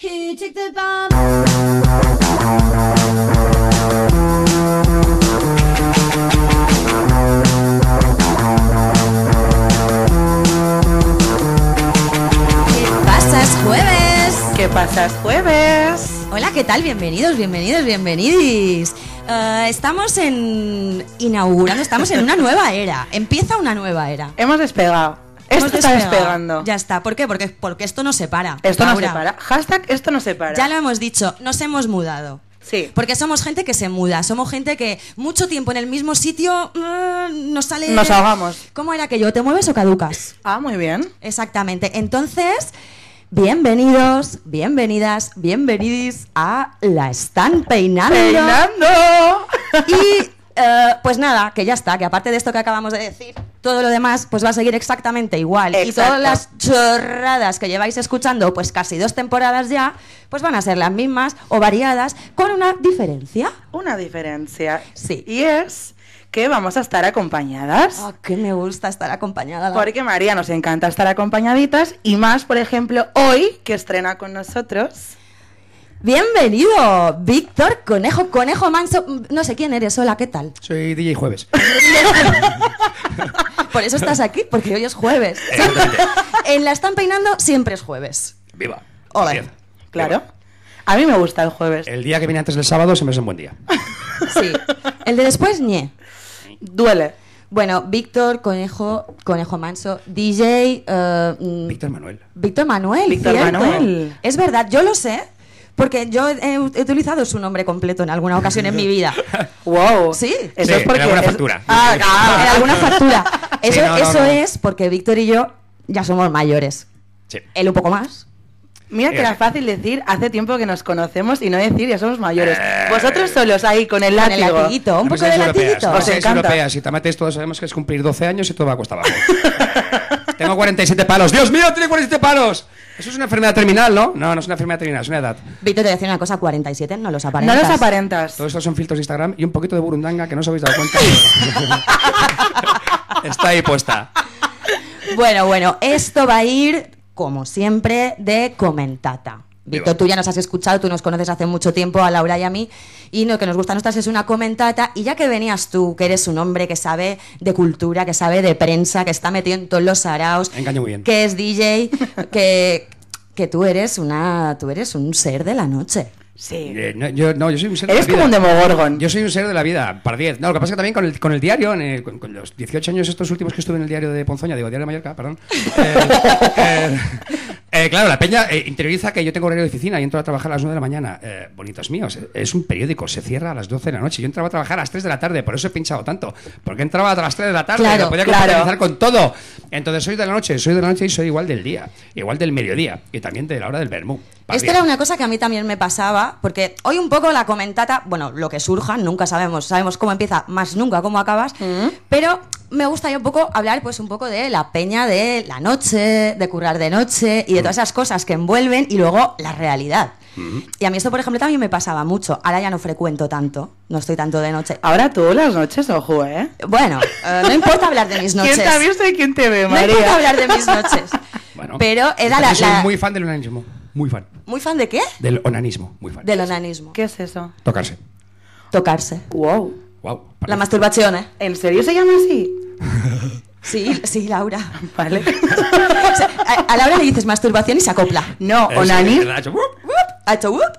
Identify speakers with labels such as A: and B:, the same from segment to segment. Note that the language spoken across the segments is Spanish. A: Who took the bomb? ¿Qué pasas jueves?
B: ¿Qué pasas jueves?
A: Hola, ¿qué tal? Bienvenidos, bienvenidos, bienvenidis. Eh, estamos en inaugurando, estamos en una nueva era. Empieza una nueva era.
B: Hemos despegado. Esto
A: Hemos
B: está
A: despegado.
B: despegando.
A: Ya está. ¿Por qué? Porque, porque esto no se para.
B: Esto no
A: Laura.
B: se para. Hashtag esto no se para.
A: Ya lo hemos dicho, nos hemos mudado.
B: Sí.
A: Porque somos gente que se muda, somos gente que mucho tiempo en el mismo sitio mm, nos sale.
B: Nos ahogamos.
A: ¿Cómo era aquello? ¿Te mueves o caducas?
B: Ah, muy bien.
A: Exactamente. Entonces, bienvenidos, bienvenidas, bienvenidis a La Están Peinando.
B: ¡Peinando!
A: Y eh, pues nada, que ya está, que aparte de esto que acabamos de decir, todo lo demás pues va a seguir exactamente igual. Y
B: Exacto.
A: todas las chorradas que lleváis escuchando, pues casi dos temporadas ya, pues van a ser las mismas o variadas, con una diferencia.
B: Una diferencia.
A: Sí.
B: Y es que vamos a estar acompañadas.
A: Ah, que me gusta estar acompañada. la-
B: Porque María nos encanta estar acompañaditas y más, por ejemplo, hoy que estrena con nosotros.
A: Bienvenido, Víctor Conejo, Conejo Manso. Mm, No sé quién eres, hola, ¿qué tal?
C: Soy DJ Jueves.
A: Por eso estás aquí, porque hoy es jueves. en La Están Peinando siempre es jueves.
C: Viva.
A: Ole.
C: Así es.
B: Claro. A mí me gusta el jueves.
C: El día que viene antes del sábado siempre es un buen día.
A: Sí. El de después, ñe.
B: Duele.
A: Bueno, Víctor, Conejo, Conejo Manso, DJ, eh, mm,
C: Víctor Manuel.
A: Víctor Manuel.
B: Víctor
A: cierto.
B: Manuel.
A: Es verdad, yo lo sé, porque yo he, he utilizado su nombre completo en alguna ocasión en mi vida.
B: Wow.
A: Sí.
B: Eso
C: Sí,
B: es porque.
C: en alguna
B: es-
C: factura.
B: Ah, claro.
A: En alguna factura. Eso,
C: no, no,
A: eso
C: no.
A: es porque Víctor y yo ya somos mayores.
C: Sí.
A: Él un poco más.
B: Mira que
C: Eh.
B: era fácil decir, hace tiempo que nos conocemos y no decir ya somos mayores.
C: Eh,
B: Vosotros solos ahí con el
A: Con el
B: látigo.
A: latiguito, un poco de
C: Las
A: latiguito.
C: europeas, las
B: Os
C: leyes
B: encanta.
C: europeas. Si te mates, todos sabemos que es cumplir 12 años y todo va a cuesta abajo. Tengo 47 palos. ¡Dios mío, tiene 47 palos! Eso es una enfermedad terminal, ¿no? No, no es una enfermedad terminal, es una edad.
A: Víctor, te voy a decir una cosa, 47 no los
B: no
A: aparentas.
B: los aparentas.
C: Todo esto son filtros de Instagram y un poquito de burundanga que no os habéis dado cuenta. Está ahí puesta.
A: Bueno, bueno, esto va a ir, como siempre, de comentata. Víctor, tú ya nos has escuchado, tú nos conoces hace mucho tiempo a Laura y a mí, y lo que nos gusta a nosotras es una comentata, y ya que venías tú, que eres un hombre que sabe de cultura, que sabe de prensa, que está metido en todos los araos,
C: Engaño muy bien.
A: que es DJ, que, que tú eres una, tú eres un ser de la noche.
B: Sí.
C: Eh, no, yo, no, yo soy un ser de
B: Eres
C: la vida.
B: como un demogorgon.
C: Yo soy un ser de la vida, para 10. No, lo que pasa es que también con el, con el diario, en el- con, con los 18 años estos últimos que estuve en el diario de Ponzoña, digo, diario de Mallorca, perdón. eh, eh, eh, claro, la peña eh, interioriza que yo tengo horario de oficina y entro a trabajar a las 9 de la mañana. Eh, bonitos míos, eh, es un periódico, se cierra a las 12 de la noche. Yo entraba a trabajar a las 3 de la tarde, por eso he pinchado tanto. Porque entraba a las 3 de la tarde,
A: Claro,
C: lo podía
B: claro.
C: compatibilizar con todo. Entonces soy de la noche, soy de la noche y soy igual del día, igual del mediodía y también de la hora del vermú. para
A: Esto
C: 10.
A: era una cosa que a mí también me pasaba, porque hoy un poco la comentata, bueno, lo que surja, nunca sabemos, sabemos cómo empieza, más nunca cómo acabas,
B: Mm.
A: pero me gusta yo un poco hablar pues un poco de la peña de la noche, de currar de noche
B: Mm.
A: y de todas esas cosas que envuelven y luego la realidad.
B: Mm-hmm.
A: Y a mí esto, por ejemplo, también me pasaba mucho. Ahora ya no frecuento tanto, no estoy tanto de noche.
B: Ahora tú las noches, ojo, ¿eh?
A: Bueno, eh, no importa hablar de mis noches.
B: ¿Quién te ha visto y quién te ve,
A: no
B: María?
A: importa hablar de mis noches.
C: Bueno,
A: pero era
C: yo
A: la...
C: Soy
A: la-
C: muy fan del onanismo, muy fan.
A: ¿Muy fan de qué?
C: Del onanismo, muy fan.
A: Del onanismo.
B: ¿Qué es eso?
C: Tocarse.
A: Tocarse.
B: Wow.
C: Wow.
A: La masturbación, ¿eh?
B: ¿En serio se llama así?
A: Sí, sí, Laura.
B: Vale.
A: O sea, a, a Laura le dices masturbación y se acopla.
B: no,
C: Es-
B: Onani.
C: ha hecho wup.
A: Wup, Ha hecho wup.
C: ¡uh!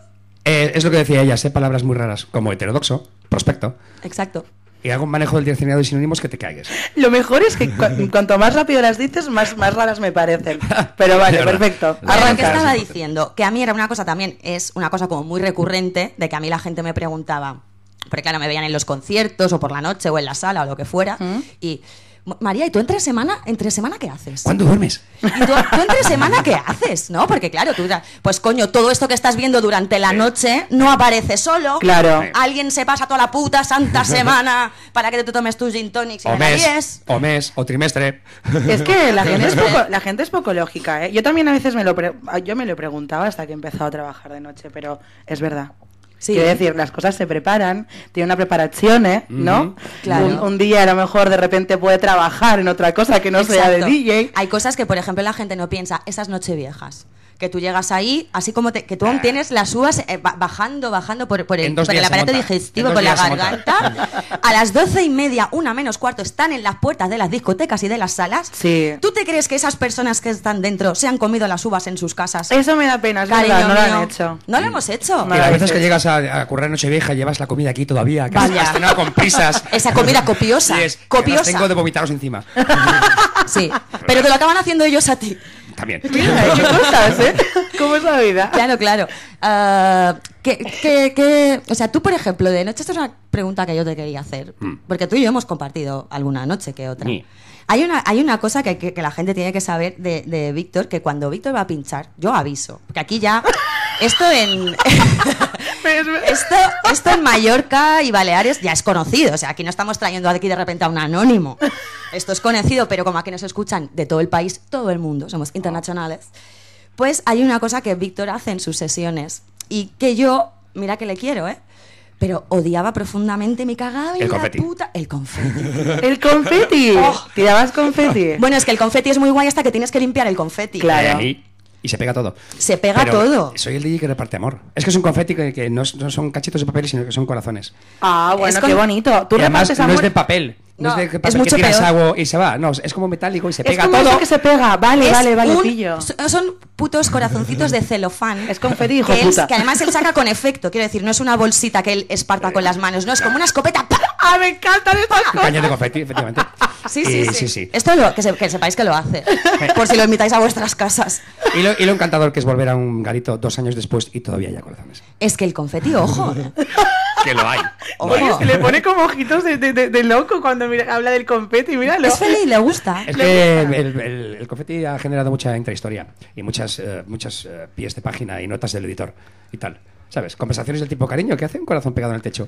C: Eh, es lo que decía ella, sé palabras muy raras, como heterodoxo, prospecto,
A: Exacto.
C: y hago un manejo del diccionario de sinónimos que te caigas.
B: Lo mejor es que cu- cuanto más rápido las dices, más, más raras me parecen. Pero vale,
C: Es verdad.
B: perfecto.
C: Bueno,
A: Bueno,
B: Arranca.
A: ¿qué
C: Arrancas.
A: estaba diciendo? Que a mí era una cosa también, es una cosa como muy recurrente, de que a mí la gente me preguntaba, porque claro, me veían en los conciertos o por la noche o en la sala o lo que fuera, y "M- María, ¿y tú entre semana, entre semana qué haces?
C: ¿Cuándo duermes?
A: ¿Y tú, tú entre semana qué haces? ¿No? Porque claro, tú dirás, pues coño, todo esto que estás viendo durante la noche no aparece solo.
B: Claro.
A: Alguien se pasa toda la puta santa semana para que tú te tomes tus gin tonics y
C: O mes,
A: canarias.
C: o mes, o trimestre.
B: Es que la gente es poco, la gente es poco lógica, ¿eh? Yo también a veces me lo, pre- yo me lo preguntaba hasta que he empezado a trabajar de noche, pero es verdad.
A: Sí.
B: Quiero decir, las cosas se preparan, tiene una preparación, ¿eh? ¿no?
C: Ujú.
A: Claro.
B: Un, un día a lo mejor de repente puede trabajar en otra cosa que no sea de
A: Exacto.
B: DJ.
A: Hay cosas que, por ejemplo, la gente no piensa, esas nocheviejas. que tú llegas ahí, así como te- que tú aún tienes las uvas eh, ba- bajando, bajando por, por el,
C: Ah. En dos
A: por el
C: días se
A: aparato
C: monta.
A: digestivo,
C: En
A: por
C: dos
A: la
C: días se monta.
A: garganta. A las doce y media, una menos cuarto, están en las puertas de las discotecas y de las salas.
B: Sí.
A: ¿Tú te crees que esas personas que están dentro se han comido las uvas en sus casas?
B: Eso me da pena, es
A: Cariño
B: verdad, no lo
A: mío.
B: han hecho.
A: No lo hemos hecho.
C: Y
B: Vale.
C: las veces que llegas a, a currar Nochevieja llevas la comida aquí todavía, que has-
A: Vaya.
C: has cenado con prisas.
A: Esa comida copiosa,
C: Y es, que
A: copiosa.
C: las tengo de vomitaros encima.
A: Sí. Pero te lo acaban haciendo ellos a ti.
C: También.
B: Mira, qué cosas, ¿eh? ¿Cómo es la vida?
A: Claro, claro. Ah, ¿qué- qué- qué- o sea, tú, por ejemplo, de noche, esta es una pregunta que yo te quería hacer,
C: Mm.
A: porque tú y yo hemos compartido alguna noche que otra.
C: Sí.
A: Hay una, hay una cosa que, que- que la gente tiene que saber de, de Víctor, que cuando Víctor va a pinchar, yo aviso. Porque aquí ya, esto en, esto, esto en Mallorca y Baleares ya es conocido. O sea, aquí no estamos trayendo aquí de repente a un anónimo. Esto es conocido, pero como aquí nos escuchan de todo el país, todo el mundo, somos internacionales. Pues hay una cosa que Víctor hace en sus sesiones y que yo, mira que le quiero, ¿eh? Pero odiaba profundamente, me cagaba en
C: El
A: la
C: confeti.
A: puta. El confeti.
B: El confeti.
A: Oh.
B: Tirabas confeti.
A: bueno, es que el confeti es muy guay hasta que tienes que limpiar el confeti.
B: Claro.
C: Y, y se pega todo.
A: Se pega
C: Pero
A: todo.
C: Soy el DJ que reparte amor. Es que es un confeti que, que no, es- no son cachitos de papel, sino que son corazones.
B: Ah,
A: Es
B: bueno,
A: con-
B: qué bonito. Tú
C: y además
B: repartes
C: no
B: amor.
C: es de papel. No,
A: No,
C: es de que
A: es
C: papel
A: mucho
C: que tiras
A: peor.
C: agua y se va. No, es como metálico y se
B: Es
C: pega
B: como
C: todo.
B: eso que se pega. Vale,
A: Es
B: vale, vale,
A: un-
B: pillo.
A: so- Son putos corazoncitos de celofán.
B: Es confeti, hijo
A: que, él-
B: puta.
A: que además él saca con efecto. Quiero decir, no es una bolsita que él esparta con las manos. No, es como una escopeta. ¡pa!
B: ¡Ah, me encantan estas
C: Un cañón de confeti, efectivamente.
A: Sí, sí,
C: Y-
A: sí.
C: Eh, sí, sí.
A: Esto lo, que, se- que sepáis que lo hace. Por si lo invitáis a vuestras casas.
C: Y, lo, y lo encantador que es volver a un garito dos años después y todavía haya corazones.
A: Es que el confeti, ojo.
C: Que lo hay.
A: Ojo.
B: Oye, se le pone como ojitos de, de- de- de loco cuando mira- habla del confeti, míralo.
A: Es feliz, le gusta.
C: Es que el, el- el confeti ha generado mucha intrahistoria y muchas, eh, muchas eh, pies de página y notas del editor y tal. ¿Sabes? Conversaciones del tipo cariño, ¿qué hace un corazón pegado en el techo?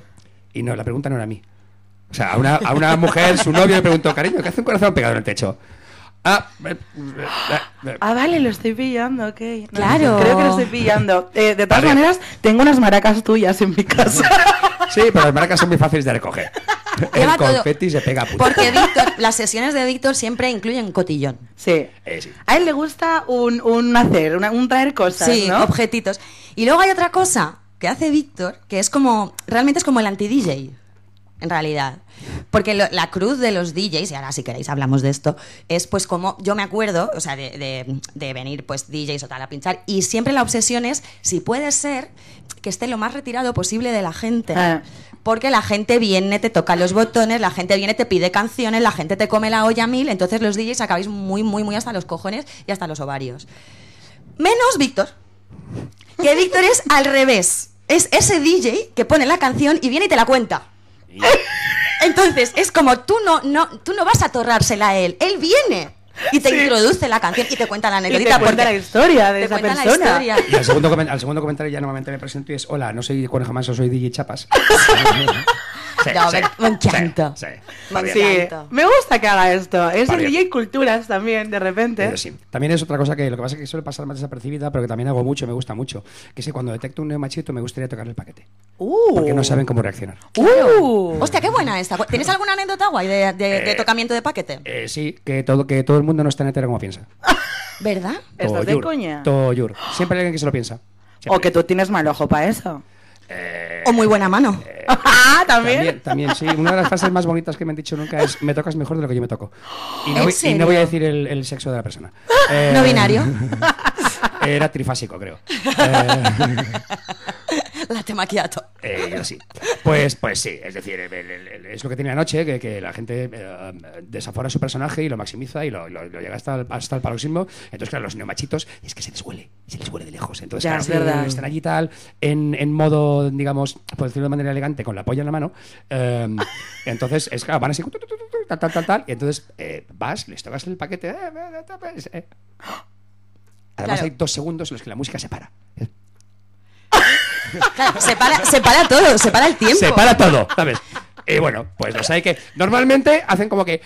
C: Y no, la pregunta no era a mí. O sea, a una, a una mujer, su novio le preguntó, cariño, ¿qué hace un corazón pegado en el techo? Ah, eh, eh, eh, eh,
B: Ah, vale, lo estoy pillando, ok. No,
A: Claro.
B: Creo que lo estoy pillando. Eh, de todas
C: Vale.
B: maneras, tengo unas maracas tuyas en mi casa.
C: sí, pero las maracas son muy fáciles de recoger. El
A: Lleva todo.
C: confeti se pega a puta.
A: Porque Víctor, las sesiones de Víctor siempre incluyen cotillón.
B: Sí.
C: Eh, sí.
B: A él le gusta un, un hacer, una- un traer cosas,
A: Sí,
B: ¿no?
A: objetitos. Y luego hay otra cosa que hace Víctor, que es como, realmente es como el anti-DJ, en realidad. Porque lo- la cruz de los DJs, y ahora si queréis hablamos de esto, es pues como, yo me acuerdo, o sea, de, de- de venir pues DJs o tal a pinchar, y siempre la obsesión es, si puede ser, que esté lo más retirado posible de la gente.
B: Ah.
A: Porque la gente viene, te toca los botones, la gente viene, te pide canciones, la gente te come la olla a mil, entonces los DJs acabáis muy, muy, muy hasta los cojones y hasta los ovarios. Menos Víctor. Que Víctor es al revés. Es ese DJ que pone la canción y viene y te la cuenta. Entonces, es como tú no, no, tú no vas a torrársela a él. Él viene y te
B: Sí.
A: introduce la canción y te cuenta la
B: Y te
A: anécdota.
B: cuenta la historia de
A: te
B: esa
A: cuenta la
B: persona.
A: historia.
C: Y al segundo, comen- al segundo comentario ya normalmente me presento y es, hola, no soy Juan Jamás, soy DJ Chapas. Sí,
A: No,
C: sí,
A: me- me
C: sí,
A: encanta.
C: sí.
A: Me
B: Sí,
A: encanta.
B: me gusta que haga esto. Es el
C: Vale.
B: DJ Culturas también, de repente.
C: Eh, sí. También es otra cosa que lo que pasa es que suele pasar más desapercibida, pero que también hago mucho, me gusta mucho, que es que cuando detecto un neomachito me gustaría tocar el paquete,
B: Uh.
C: porque no saben cómo reaccionar.
B: Uh.
A: Hostia, qué buena esta. ¿Tienes alguna anécdota guay de, de- de
C: Eh,
A: tocamiento de paquete?
C: Eh, sí, que todo, que todo el mundo no es tan hetero como piensa.
A: ¿Verdad?
B: ¿Estás de
C: Toyur,
B: coña?
C: Toyur. Siempre hay alguien que se lo piensa. Siempre. Eh,
B: O que tú tienes mal ojo para eso.
A: O muy buena mano.
B: ah,
C: También, también, sí. Una de las frases más bonitas que me han dicho nunca es me tocas mejor de lo que yo me toco. Y no,
A: ¿En
C: voy, y
A: serio?
C: no voy a decir el, el sexo de la persona. Eh,
A: No binario.
C: Era trifásico, creo. Eh,
A: La te maquillato.
C: Eh, yo sí. Pues, pues sí, es decir, el- el- el- es lo que tiene la noche, que, que la gente eh, desafora su personaje y lo maximiza y lo, lo- lo llega hasta el, hasta el paroxismo. Entonces, claro, los neomachitos es que se les huele, se les huele de lejos. Entonces,
B: Ya,
C: claro,
B: es verdad.
C: están allí tal, en, en modo, digamos, por decirlo de manera elegante, con la polla en la mano. eh, entonces, es claro, van así, tu, tu, tu, tu, tal, tal, tal, tal. Y entonces eh, vas, les tocas el paquete. eh, eh, eh, eh. Además,
A: Claro.
C: hay dos segundos en los que la música se para.
A: Claro, se para, se para todo, se para el tiempo.
C: Se para todo, ¿sabes? Y bueno, pues los hay que. Normalmente hacen como que.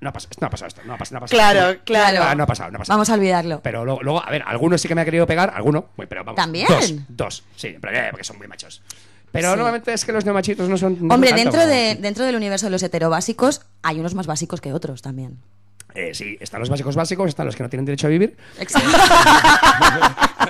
C: No ha pasado, no ha pasado esto, no ha pasado, no ha pasado.
B: Claro, claro.
C: Ah, no ha pasado, no ha pasado.
A: Vamos a olvidarlo.
C: Pero luego, luego, a ver, algunos sí que me ha querido pegar, alguno, uy, pero vamos.
A: ¿También?
C: Dos, dos, sí, pero, eh, porque son muy machos. Pero
A: Sí.
C: normalmente es que los neomachitos no son. no son
A: Hombre,
C: tanto
A: dentro,
C: como-
A: de, dentro del universo de los heterobásicos hay unos más básicos que otros también.
C: Eh, sí, están los básicos básicos, están los que no tienen derecho a vivir.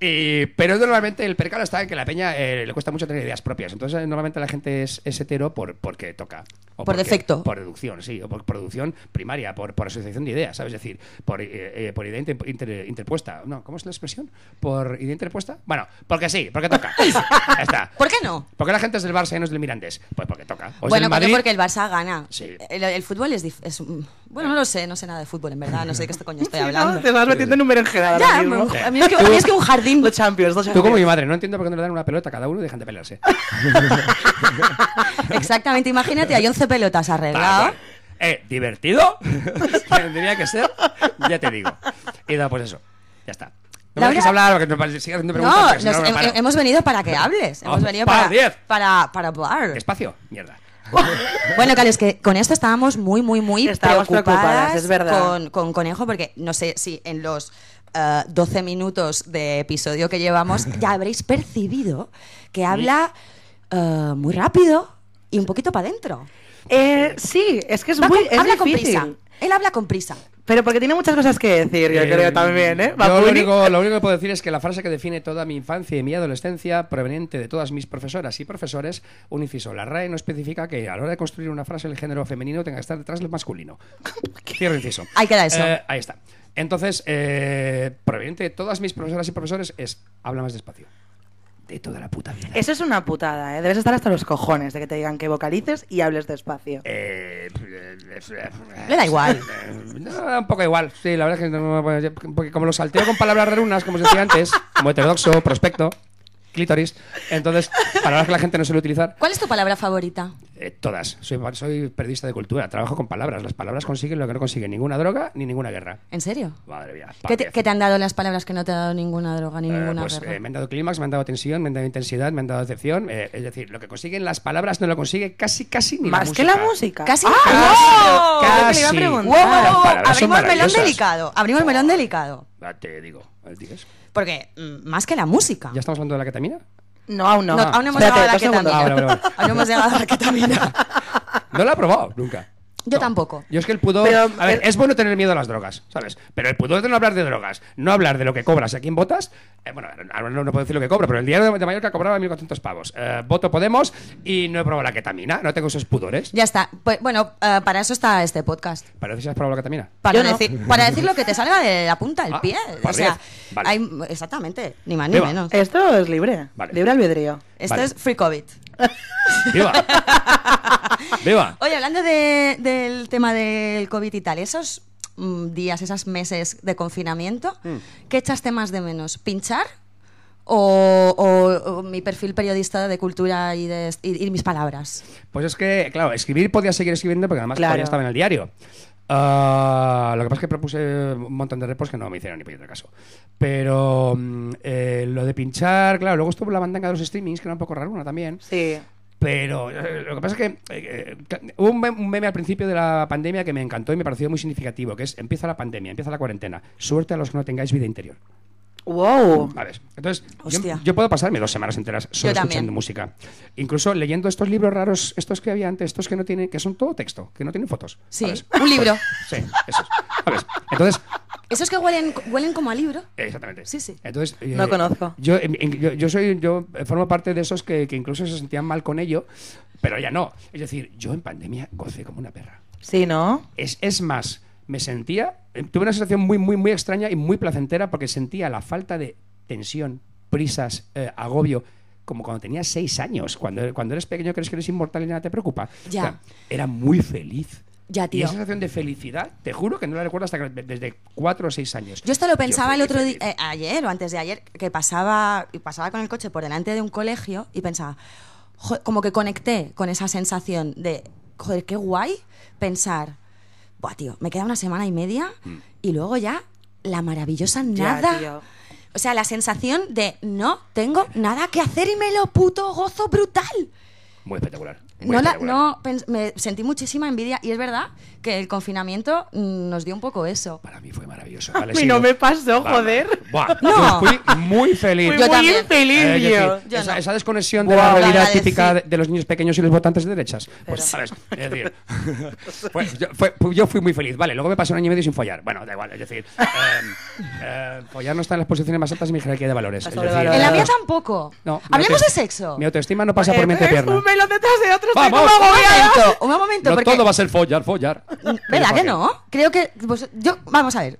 C: Y- pero normalmente el percal está en que la peña eh, le cuesta mucho tener ideas propias. Entonces, eh, normalmente la gente es, es hetero por, porque toca. O
A: Por
C: porque-
A: defecto.
C: Por deducción, sí. O por producción primaria, por, por asociación de ideas, ¿sabes? Es decir, por, eh, eh, por idea inter- inter- interpuesta. No, ¿cómo es la expresión? ¿Por idea interpuesta? Bueno, porque sí, porque toca. Ya está.
A: ¿Por qué no?
C: ¿Por qué la gente es del Barça y no es del Mirandés? Pues porque toca. O es
A: bueno, coño,
C: del Madrid,
A: porque el Barça gana.
C: Sí.
A: El, el fútbol es, dif- es un- Bueno, no lo sé, no sé nada de fútbol, en verdad. No sé de qué este coño estoy hablando.
B: Te vas metiendo en un berenjenal ahora
A: Ya,
B: mismo.
A: me- a mí es que, a mí es que un jardín.
B: Los Champions, los
C: Tú como mi
B: Champions.
C: madre, no entiendo por qué no le dan una pelota a cada uno y dejan de pelearse.
A: Exactamente, imagínate, hay 11 pelotas
C: Ah,
A: arreglado.
C: bueno. Eh, divertido. Tendría que ser, ya te digo. Y nada, pues eso. Ya está. No
A: Laura-
C: me dejes hablar porque me sigue haciendo preguntas.
A: No,
C: porque si no,
A: nos-
C: no me
A: hem-
C: paro.
A: hemos venido para que hables. Hemos
C: Vamos,
A: venido
C: para
A: para,
C: diez.
A: para, para hablar.
C: Despacio, mierda.
A: Bueno, claro, es que con esto estábamos muy, muy, muy
B: Estábamos
A: preocupadas,
B: preocupadas, es verdad.
A: Con, con Conejo, porque no sé si en los eh, 12 minutos de episodio que llevamos ya habréis percibido que habla eh, muy rápido y un poquito para adentro.
B: Eh, sí, es que es
A: Va
B: muy
A: con-
B: es
A: habla con
B: difícil.
A: prisa. Él habla con prisa.
B: Pero porque tiene muchas cosas que decir, yo
C: Eh,
B: creo también, ¿eh?
C: yo
B: Bad
C: lo
B: Bunny.
C: único, lo único que puedo decir es que la frase que define toda mi infancia y mi adolescencia, proveniente de todas mis profesoras y profesores, un inciso. La RAE no especifica que a la hora de construir una frase el género femenino tenga que estar detrás del masculino. Cierro inciso.
A: Ahí queda eso.
C: Eh, ahí está. Entonces, eh, proveniente de todas mis profesoras y profesores es habla más despacio. De toda la puta vida.
B: Eso es una putada, ¿eh? Debes estar hasta los cojones de que te digan que vocalices y hables despacio.
C: Eh,
A: Le da igual.
C: No, un poco igual. Sí, la verdad es que no- porque como lo salteo con palabras rarunas, como os decía antes, como heterodoxo, prospecto, clítoris, entonces, palabras que la gente no suele utilizar,
A: ¿Cuál es tu palabra favorita?
C: eh, todas. Soy, soy periodista de cultura, trabajo con palabras. Las palabras consiguen lo que no consiguen ninguna droga ni ninguna guerra.
A: ¿En serio?
C: Madre mía.
A: ¿Qué te,
C: Párez.
A: qué te han dado las palabras que no te ha dado ninguna droga ni
C: Eh,
A: ninguna
C: pues,
A: guerra?
C: eh, me han dado clímax, me han dado tensión, me han dado intensidad, me han dado decepción. eh, es decir, lo que consiguen las palabras no lo consigue casi, casi ni la ¿eh?
B: Más que la música.
A: Casi- Ah,
B: ¡Ah!
C: Casi,
B: Yo te iba a
C: casi.
B: preguntar.
A: Wow, wow, wow, wow.
C: palabras son
A: Abrimos melón
C: maravillosas.
A: delicado. Abrimos melón delicado.
C: Ah, te digo. ¿Digas?
A: Porque mm, más que la música.
C: ¿Ya estamos hablando de la ketamina?
B: No, aún no.
A: No, aún no hemos
B: Espérate,
A: llegado a la
B: dos segundos.
A: ketamina.
C: Ah, vale, vale, vale.
A: Aún no hemos llegado a la ketamina.
C: No la he probado nunca.
A: Yo
C: No.
A: tampoco.
C: Yo es que el pudor.
B: Pero-
C: a ver,
B: el-
C: es bueno tener miedo a las drogas, ¿sabes? Pero el pudor de no hablar de drogas, no hablar de lo que cobras y a quién votas. eh, bueno, ahora no, no puedo decir lo que cobro, pero el diario de Mallorca cobraba 1.400 pavos. Eh, voto Podemos y no he probado la ketamina. No tengo esos pudores.
A: Ya está. Pues, bueno, eh, para eso está este podcast.
C: Parece que has probado la ketamina.
A: Para,
B: Yo no.
A: decir, para decir lo que te salga de la punta del
C: Ah,
A: pie. O
C: para
A: sea,
C: diez. Vale.
A: hay- exactamente. Ni más ni
C: Viva.
A: menos.
B: Esto es libre.
C: Vale.
B: Libre albedrío.
A: Esto
C: vale.
A: es Free COVID.
C: ¡Viva! ¡Viva!
A: Oye, hablando de- del tema del COVID y tal, esos mm, días, esos meses de confinamiento,
C: Mm.
A: ¿qué echaste más de menos? ¿Pinchar? O, o- o mi perfil periodista de cultura y, de, y- y mis palabras.
C: Pues es que, claro, escribir podía seguir escribiendo porque además
B: Claro.
C: todavía estaba en el diario. Ah, lo que pasa es que propuse un montón de repos que no me hicieron ni por caso. Pero mm, eh, lo de pinchar, claro, luego estuvo la bandanga de los streamings, que era un poco raro también.
B: Sí.
C: Pero eh, lo que pasa es que eh, eh, ca- hubo un mem- un meme al principio de la pandemia que me encantó y me pareció muy significativo, que es empieza la pandemia, empieza la cuarentena. Suerte a los que no tengáis vida interior.
B: Wow.
C: A ver, entonces yo,
A: Hostia.
C: yo puedo pasarme dos semanas enteras solo
A: Yo también.
C: escuchando música. Incluso leyendo estos libros raros, estos que había antes, estos que no tienen, que son todo texto, que no tienen fotos.
A: Sí,
C: ¿sabes?
A: un libro.
C: Sí, eso. ¿Sabes? Entonces,
A: Esos que huelen, huelen como a libro.
C: Exactamente.
A: Sí, sí.
C: Entonces, eh,
B: No conozco.
C: Yo, en- en- yo, yo soy, yo formo parte de esos que, que incluso se sentían mal con ello, pero ella no. Es decir, yo en pandemia gocé como una perra.
B: Sí, ¿no?
C: Es, es más, me sentía, eh, tuve una sensación muy, muy, muy extraña y muy placentera porque sentía la falta de tensión, prisas, eh, agobio. Como cuando tenías seis años, cuando, cuando eres pequeño crees que eres inmortal y nada te preocupa.
A: Ya.
C: era muy feliz.
A: Ya,
C: Y
A: tío.
C: esa sensación de felicidad, te juro que no la recuerdo hasta que- desde cuatro o seis años.
A: Yo esto lo pensaba
C: fui
A: el
C: muy
A: otro día,
C: feliz.
A: ayer o antes de ayer, que pasaba, y pasaba con el coche por delante de un colegio y pensaba, "Jo- como que conecté con esa sensación de, joder, qué guay pensar, buah, tío, me queda una semana y media y luego ya la maravillosa
B: Ya,
A: nada.
B: tío.
A: O sea, la sensación de no tengo nada que hacer y me lo puto gozo brutal.
C: Muy espectacular.
A: eh, No, la- no, pens- me sentí muchísima envidia y es verdad que el confinamiento mm, nos dio un poco eso.
C: Para mí fue maravilloso.
B: A mí no me pasó, joder.
C: Buah,
A: No.
C: yo fui muy feliz.
B: Fui
A: Yo
B: muy
A: también.
B: infeliz,
C: Eh, quiero
B: yo.
C: decir,
A: Yo
C: esa,
A: no.
C: esa desconexión de
A: Wow.
C: la
A: Lo
C: realidad
A: agradecí.
C: típica de, de los niños pequeños y los votantes de derechas. Pues,
B: Pero-
C: ¿sabes? Es decir, fue- yo, fue- fue- yo fui muy feliz. Vale, luego me pasé un año y medio sin follar. Bueno, da igual, es decir, eh, eh, follar no está en las posiciones más altas de mi jerarquía de valores.
B: Está
C: Es decir,
B: sobrevalorado.
A: En la mía
B: Dios.
A: tampoco.
C: Ah. No, mi
A: Hablemos de
C: autoestima-
A: sexo.
C: Mi autoestima no pasa por mente
B: Es
C: pierna.
B: un melón detrás de otro.
C: Vamos.
B: estoy como
A: Un
B: agobiada.
A: momento, un momento,
C: No
A: porque...
C: todo va a ser follar, follar.
A: ¿Verdad que no? Creo que... pues, yo, vamos a ver.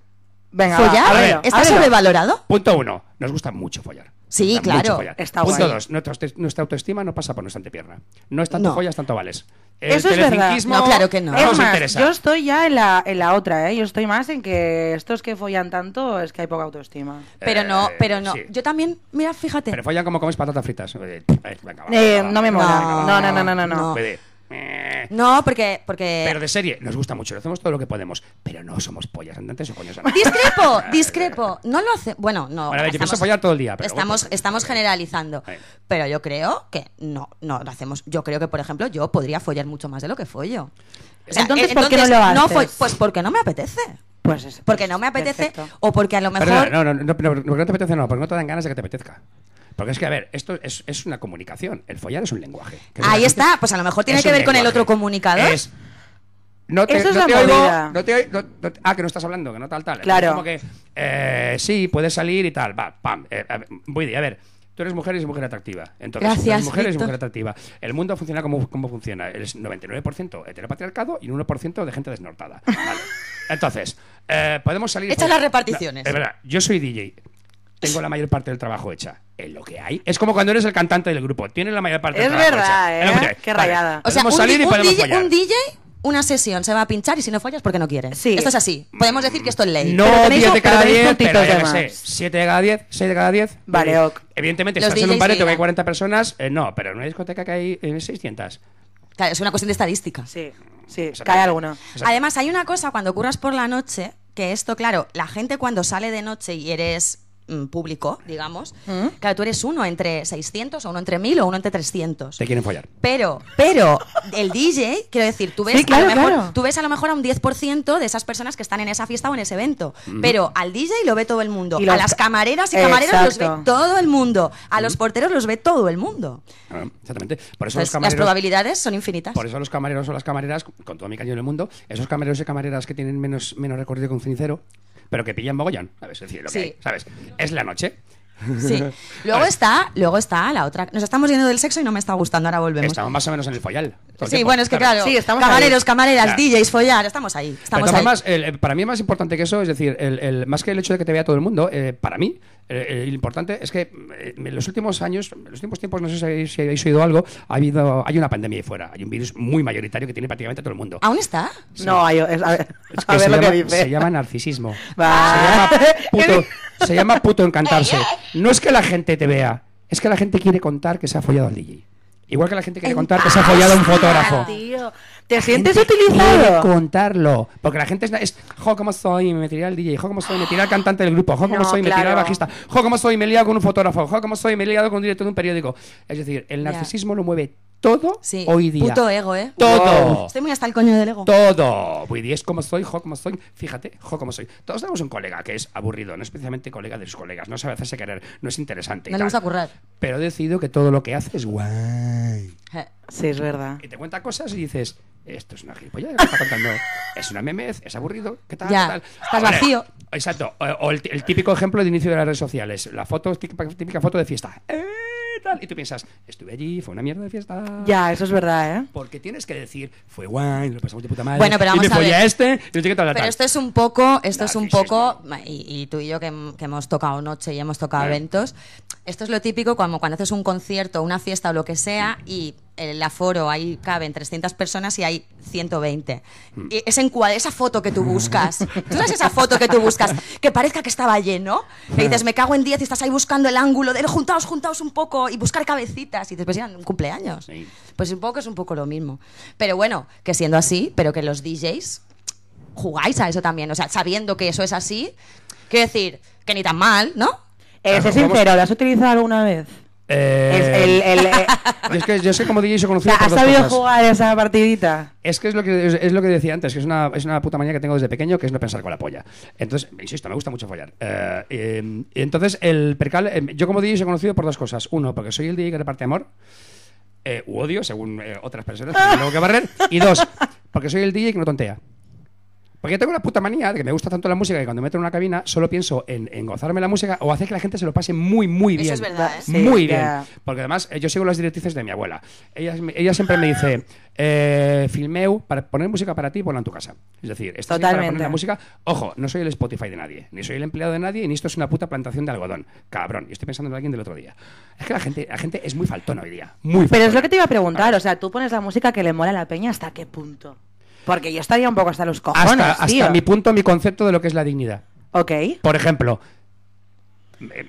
B: Venga,
A: ¿Follar?
B: va, ábrelo,
A: ¿Está
B: ábrelo.
A: sobrevalorado?
C: Punto uno, nos gusta mucho follar.
A: Sí,
C: Nos gusta mucho
A: claro.
C: follar.
B: Está
C: Punto
B: guay.
C: dos, nuestra, auto- nuestra autoestima no pasa por nuestra antepierna. No es tanto
A: No.
C: follas, tanto vales. El
B: Eso es verdad.
C: telecinquismo
A: No, claro que no.
C: No
A: Es
C: nos
B: más,
C: interesa.
B: yo estoy ya en la, en la otra, ¿eh? Yo estoy más en que estos que follan tanto es que hay poca autoestima.
A: Pero no,
C: Eh,
A: pero no.
C: sí.
A: Yo también, mira, fíjate.
C: Pero follan como comes patatas fritas. Eh, venga, va,
B: Eh,
C: va,
B: no me
C: va,
B: mola.
C: venga, va,
B: No,
C: va,
B: no, no, no,
C: va.
B: no, no.
C: Puede. Eh,
A: No, porque... porque...
C: Pero de serie, nos gusta mucho, lo hacemos todo lo que podemos, pero no somos pollas andantes o coños andantes.
A: Discrepo, discrepo. No lo hace. Bueno, no.
C: Bueno, a ver, yo pienso follar todo el día, pero
A: estamos,
C: bueno.
A: estamos generalizando.
C: Ahí.
A: Pero yo creo que no, no lo hacemos. Yo creo que, por ejemplo, yo podría follar mucho más de lo que follo.
B: Entonces,
A: eh,
B: ¿por qué no lo haces?
A: fo- pues porque no me apetece.
B: Pues es-
A: Porque no me apetece.
B: perfecto.
A: O porque a lo mejor.
C: Perdona, no, no, no, no, no, porque no te apetece, no, porque no te dan ganas de que te apetezca. Porque es que, a ver, esto es, es una comunicación. El follar es un lenguaje. Que la
A: Ahí
C: gente-
A: está, pues a lo mejor tiene
C: es
A: que
C: un
A: ver con el
C: lenguaje.
A: otro comunicador.
C: Es- no te,
B: Eso es
C: no
B: la
C: te oigo,
B: movida.
C: no te oigo- no- no te- ah, que no estás hablando, que no tal, tal.
B: Claro.
C: Es como que, eh, sí, puedes salir y tal. Va, pam. eh, a ver, voy de- a ver, tú eres mujer y eres mujer atractiva. Entonces, tú
A: Gracias,
C: eres mujer y eres
A: Víctor.
C: mujer atractiva. El mundo funciona como, como funciona. El 99% heteropatriarcado y un 1% de gente desnortada. Vale. Entonces, eh, podemos salir... y
A: Hechas
C: follar.
A: las reparticiones.
C: No, es verdad, yo soy DJ. Tengo la mayor parte del trabajo hecha. En lo que hay. Es como cuando eres el cantante del grupo. Tienes la mayor parte
B: Es
C: del trabajo
B: verdad,
C: hecha. Es lo que
B: ¿eh?
C: hay.
B: Qué rayada.
A: o sea, un,
C: podemos salir
A: di-
C: y
A: un
C: podemos
A: DJ,
C: follar.
A: un DJ, una sesión se va a pinchar y si no follas, porque no quiere.
B: Sí.
A: Esto es así. Podemos decir que esto es ley.
C: No
B: Pero tenéis
C: 10
B: un-
C: de
B: pero
C: cada
B: tenéis
C: 10,
B: puntitos
C: pero ya
B: de
C: que
B: más.
C: sé, 7 de cada 10, 6 de cada 10.
B: Vale,
C: Eh,
B: ok.
C: Evidentemente,
A: Los
C: estás en un
A: DJs
C: bar y te
A: miran.
C: hay 40 personas, eh, no, pero en una discoteca que hay eh, 600.
A: Claro, es una cuestión de estadística.
B: Sí, sí,
C: Exactamente.
B: cae alguna.
C: Exacto.
A: Además, hay una cosa cuando curras por la noche, que esto, claro, la gente cuando sale de noche y eres mm, público, digamos,
B: Mm.
A: claro, tú eres uno entre 600 o uno entre 1000 o uno entre 300.
C: Te quieren follar.
A: Pero, pero, el DJ, quiero decir, tú ves,
B: Sí, claro,
A: a lo mejor,
B: claro.
A: tú ves a lo mejor a un 10% de esas personas que están en esa fiesta o en ese evento. Pero al DJ lo ve todo el mundo.
B: Y
A: a
B: las-
A: las camareras y camareros los
B: Exacto.
A: ve todo el mundo. A los porteros los ve todo el mundo.
C: Ah, Exactamente. Por eso los
A: Entonces, las
C: camareros...
A: probabilidades son infinitas.
C: Por eso los camareros o las camareras, con todo mi cañón del mundo, esos camareros y camareras que tienen menos, menos recorrido que un cenicero, pero que pillan mogollón, ¿sabes? Es decir, lo que
A: Sí.
C: hay, ¿sabes? Es la noche.
A: Sí. Luego está, luego está la otra. Nos estamos yendo del sexo y no me está gustando, ahora volvemos.
C: Estamos más o menos en el follal. todo el
A: sí,
C: tiempo,
A: bueno, es que
C: ¿sabes?
A: claro,
B: Sí, estamos
A: camareros,
B: ahí.
A: camareras,
C: Claro.
A: DJs, follar, estamos ahí.
C: Pero
A: Estamos
C: de
A: ahí.
C: todas formas, el- el- para mí es más importante que eso, es decir, el, el- más que el hecho de que te vea todo el mundo, eh, para mí, eh, eh, lo importante es que eh, en los últimos años, en los últimos tiempos, no sé si habéis, si habéis oído algo, ha habido, hay una pandemia ahí fuera, hay un virus muy mayoritario que tiene prácticamente a todo el mundo.
A: ¿Aún está?
B: No, hay, es- a ver,
C: Es
B: a ver
C: se,
B: lo
C: llama,
B: que dice.
C: se llama narcisismo.
B: Va.
C: Se llama puto, se llama puto encantarse. No es que la gente te vea, es que la gente quiere contar que se ha follado al DJ. Igual que la gente quiere contar que se ha follado a un fotógrafo.
B: Ah, Tío, ¿Te sientes
C: gente quiere
B: utilizado?
C: contarlo. Porque la gente es, es jo, cómo soy, me tiré al DJ, jo, cómo soy, me tiré al cantante del grupo, jo, cómo
B: No,
C: soy, me tiré al
B: claro.
C: bajista, jo, cómo soy, me he liado con un fotógrafo, jo, cómo soy, me he liado con un director de un periódico. Es decir, el
A: Ya.
C: narcisismo lo mueve todo
A: Sí.
C: hoy día.
A: Puto ego, ¿eh?
C: Todo.
A: Estoy muy hasta el coño del ego.
C: Todo. Voy es como soy, jo, como soy. Fíjate, jo, como soy. Todos tenemos un colega que es aburrido, no es especialmente colega de sus colegas, no sabe hacerse querer, no es interesante. y
A: No le
C: tal.
A: gusta currar.
C: Pero he decidido que todo lo que hace es guay.
A: Eh,
B: Sí, es verdad.
C: Y te cuenta cosas y dices, esto es una gilipollas que me está contando. Es una memez, es aburrido, ¿qué tal?
A: Ya,
C: ¿Qué tal?
A: estás vacío.
C: Exacto. O, o el, tí- el típico ejemplo de inicio de las redes sociales. La foto, típica, típica foto de fiesta. Eh, tal. Y tú piensas, estuve allí, fue una mierda de fiesta.
B: Ya, eso es verdad, ¿eh?
C: Porque tienes que decir, fue guay, lo pasamos de puta madre.
A: Bueno, pero
C: y
A: vamos
C: me
A: a
C: follé
A: ver.
C: este, y no sé qué tal, tal,
A: Pero
C: tal.
A: esto es un poco, esto es un
C: Narcisismo.
A: poco, y, y tú y yo que, hem- que hemos tocado noche y hemos tocado
C: Eh.
A: eventos, esto es lo típico como cuando haces un concierto, una fiesta o lo que sea y el aforo ahí caben 300 personas y hay 120. Y ese encuadre, esa foto que tú buscas, tú sabes esa foto que tú buscas, que parezca que estaba lleno, y dices, me cago en 10 y estás ahí buscando el ángulo de juntaos, juntaos un poco y buscar cabecitas y dices, pues ya, un cumpleaños.
C: Sí.
A: Pues un poco es un poco lo mismo. Pero bueno, que siendo así, pero que los DJs jugáis a eso también. O sea, sabiendo que eso es así, quiero decir, que ni tan mal, ¿no?
B: Eh, sé sincero, ¿lo has utilizado alguna vez? El- el- el- eh,
C: Yo es que yo sé como DJ soy
B: o
C: conocido
B: sea,
C: por
B: ¿Has
C: dos
B: sabido
C: cosas.
B: jugar esa partidita?
C: Es que es lo que, es, es lo que decía antes, que es una, es una puta manía que tengo desde pequeño, que es no pensar con la polla. Entonces, insisto, me gusta mucho follar. Eh, eh, entonces, el percal, eh, yo como DJ soy conocido por dos cosas. Uno, porque soy el DJ que reparte amor, eh, u odio, según eh, otras personas, que tengo que barrer. Y dos, porque soy el DJ que no tontea. Porque yo tengo una puta manía de que me gusta tanto la música que cuando me meto en una cabina solo pienso en, en gozarme la música o hacer que la gente se lo pase muy, muy
A: Eso
C: bien.
A: es verdad, ¿eh?
B: Sí,
C: muy bien.
B: ya.
C: Porque además eh, yo sigo las directrices de mi abuela. Ella, me- ella siempre me dice, eh, filmeu, para poner música para ti, ponla en tu casa. Es decir, estás aquí para poner
B: Totalmente.
C: la música. Ojo, no soy el Spotify de nadie, ni soy el empleado de nadie, ni esto es una puta plantación de algodón. Cabrón, yo estoy pensando en alguien del otro día. Es que la gente, la gente es muy faltona hoy día.
B: Pero
C: Muy
B: es
C: faltona.
B: lo que te iba a
C: Ah.
B: preguntar, o sea, tú pones la música que le mola a la peña, ¿hasta qué punto? Porque yo estaría un poco hasta los cojones,
C: Hasta,
B: tío.
C: hasta mi punto, mi concepto de lo que es la dignidad.
B: Ok.
C: Por ejemplo, eh,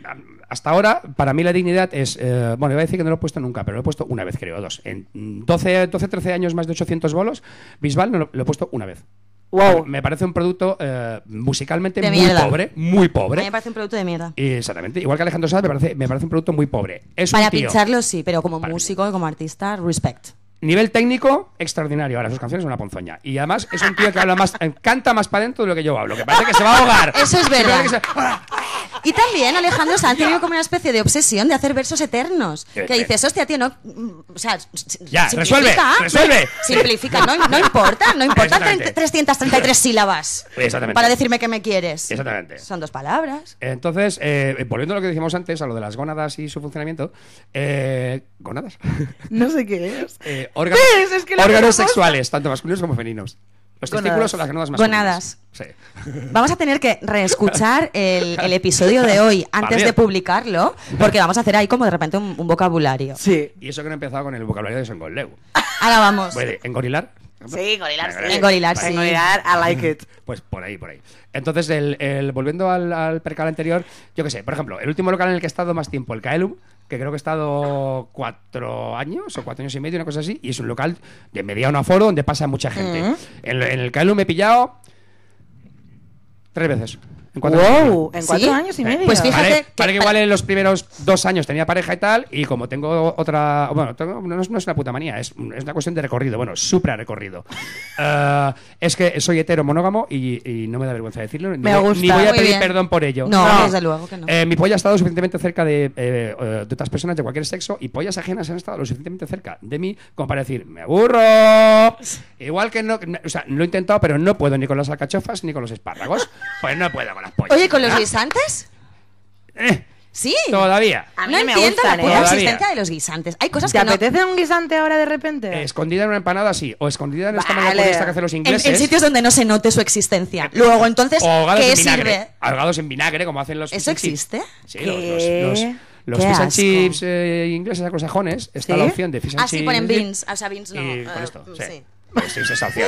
C: hasta ahora, para mí la dignidad es. eh, bueno, iba a decir que no lo he puesto nunca, pero lo he puesto una vez, creo, dos. En mm, 12, 12 13 años, más de 800 bolos, Bisbal no lo, lo he puesto una vez.
B: Wow.
C: Me parece un producto eh, musicalmente
A: De
C: muy
A: mierda.
C: pobre, muy
A: A mí me
C: pobre.
A: parece un producto de mierda.
C: Y Exactamente. Igual que Alejandro Sanz, me parece, me parece un producto muy pobre. Es
A: Para
C: un tío,
A: pincharlo sí, pero como
C: Para-
A: músico y como artista, respect.
C: Nivel técnico, extraordinario. Ahora, sus canciones son una ponzoña. Y además es un tío que habla más, eh, canta más para adentro de lo que yo hablo, que parece que se va a ahogar.
A: Eso es
C: Que
A: verdad.
C: parece que se- ¡Ah!
A: Y también Alejandro Sanz ha tenido como una especie de obsesión de hacer versos eternos.
C: Eh,
A: Que
C: eh.
A: dices, hostia, tío, no. mm, O sea, s-
C: Ya,
A: simplifica,
C: resuelve, resuelve.
A: Simplifica, no, no importa, no importa
C: Exactamente.
A: 333 sílabas.
C: Exactamente.
A: Para decirme que me quieres.
C: Exactamente.
A: Son dos palabras.
C: Entonces, eh, volviendo a lo que decíamos antes, a lo de las gónadas y su funcionamiento, eh, gónadas,
B: No sé qué es.
C: Eh, órganos,
B: ¿Ves? Es que la
C: órganos
B: tenemos.
C: sexuales, tanto masculinos como femeninos. Los
B: Gónadas.
C: testículos son las gónadas masculinas.
A: Gónadas.
C: Sí.
A: Vamos a tener que reescuchar el, el episodio de hoy antes
C: Vale.
A: de publicarlo, porque vamos a hacer ahí como de repente un, un vocabulario.
B: Sí.
C: Y eso que no he empezado con el vocabulario de Songoleu.
B: Ah,
A: Ahora vamos.
C: ¿Puede engorilar?
B: Sí, gorilar, sí.
A: Engorilar, sí.
B: Engorilar, I like it.
C: Pues por ahí, por ahí. Entonces, el, el- volviendo al, al percal anterior, yo qué sé, por ejemplo, el último local en el que he estado más tiempo, el Caelum, que creo que he estado cuatro años o cuatro años y medio, una cosa así, y es un local de mediano aforo donde pasa mucha gente. en, en el Caelum me he pillado tres veces. en cuatro años.
B: Wow, en
A: ¿Sí?
B: cuatro años y
C: Eh,
B: medio.
A: Pues fíjate
C: Vale,
A: que-
C: vale que igual en los primeros dos años tenía pareja y tal, y como tengo otra. Bueno, tengo- no, es- no es una puta manía, es, es una cuestión de recorrido, bueno, supra recorrido. Ah, es que soy hetero monógamo y, y no me da vergüenza decirlo, ni,
B: Me
C: voy-
B: gusta.
C: ni voy a
A: Muy
C: pedir
A: bien.
C: perdón por ello.
A: No, desde luego que no.
C: Eh, mi polla ha estado suficientemente cerca de, eh, eh, de otras personas de cualquier sexo y pollas ajenas han estado lo suficientemente cerca de mí como para decir, me aburro. Igual que no, o sea, lo he intentado, pero no puedo ni con las alcachofas ni con los espárragos. Pues no puedo con las pollas.
A: Oye, ¿con los
C: Ah,
A: guisantes?
C: eh,
A: Sí. Ah,
C: Todavía.
B: A mí
A: no
B: no me
A: entiendo
B: gustan,
A: la puta
C: ¿eh?
A: existencia
C: Todavía.
A: de los guisantes. Hay cosas
B: ¿Te
A: que no.
B: apetece un guisante ahora de repente?
C: Eh, Escondida en una empanada, sí. O escondida en esta
B: Vale.
C: manera esta que hacen los
A: En, en
C: ingleses.
A: sitios donde no se note su existencia. Luego, entonces,
C: o ahogados
A: ¿qué
C: en vinagre.
A: sirve?
C: Ahogados en vinagre, como hacen los.
A: ¿Eso
C: fish and chips.
A: existe?
C: Sí,
B: ¿Qué?
C: los, los, los
A: Qué
C: fish and
A: asco.
C: chips eh, ingleses acosajones. Está
B: ¿Sí?
C: la opción de fish and
A: Ah, sí,
C: chips.
A: ponen beans. O sea, beans no.
C: Y
A: eh,
C: con esto, sí.
A: sí.
C: Pues sí, esa opción.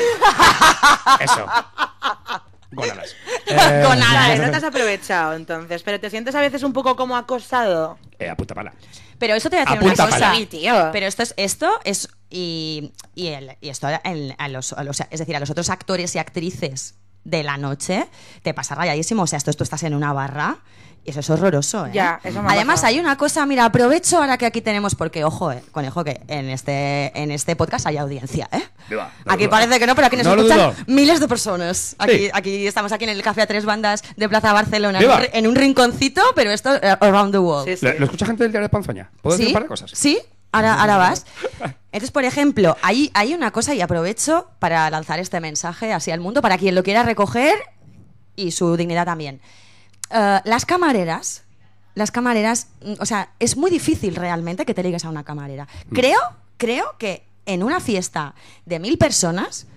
C: Eso. Eh, Gónadas.
A: Gónadas,
B: Vale, no te has aprovechado entonces, pero te sientes a veces un poco como acosado.
C: Eh, a puta pala.
A: Pero eso te voy a decir
C: Apunta
A: una cosa.
C: pala.
B: Sí, tío.
A: Pero esto es, esto es y, y, el- y esto en- a los, a los- es decir, a los otros actores y actrices de la noche te pasa rayadísimo. O sea, esto tú estás en una barra y eso es horroroso. ¿eh?
B: Ya, eso me ha
A: Además,
B: pasado.
A: hay una cosa, mira, aprovecho ahora que aquí tenemos, porque ojo, eh, conejo, que en este, en este podcast hay audiencia, ¿eh?
C: Viva, no
A: aquí
C: lo dudo.
A: parece que no, pero aquí nos
C: No lo
A: escuchan
C: dudo.
A: miles de personas. Aquí,
C: Sí.
A: aquí estamos aquí en el Café a Tres Bandas de Plaza Barcelona, en
C: Viva.
A: un, ri- en un rinconcito, pero esto eh, around the world.
B: Sí, sí.
C: ¿Lo, lo escucha gente del diario de Panzoña? ¿Puedo decir un par de cosas?
A: Sí, ahora, ahora vas. Entonces, por ejemplo, hay, hay una cosa y aprovecho para lanzar este mensaje hacia el mundo, para quien lo quiera recoger y su dignidad también. Eh, las camareras, las camareras, mm, o sea, es muy difícil realmente que te ligues a una camarera.
C: Mm.
A: Creo, creo que en una fiesta de mil personas,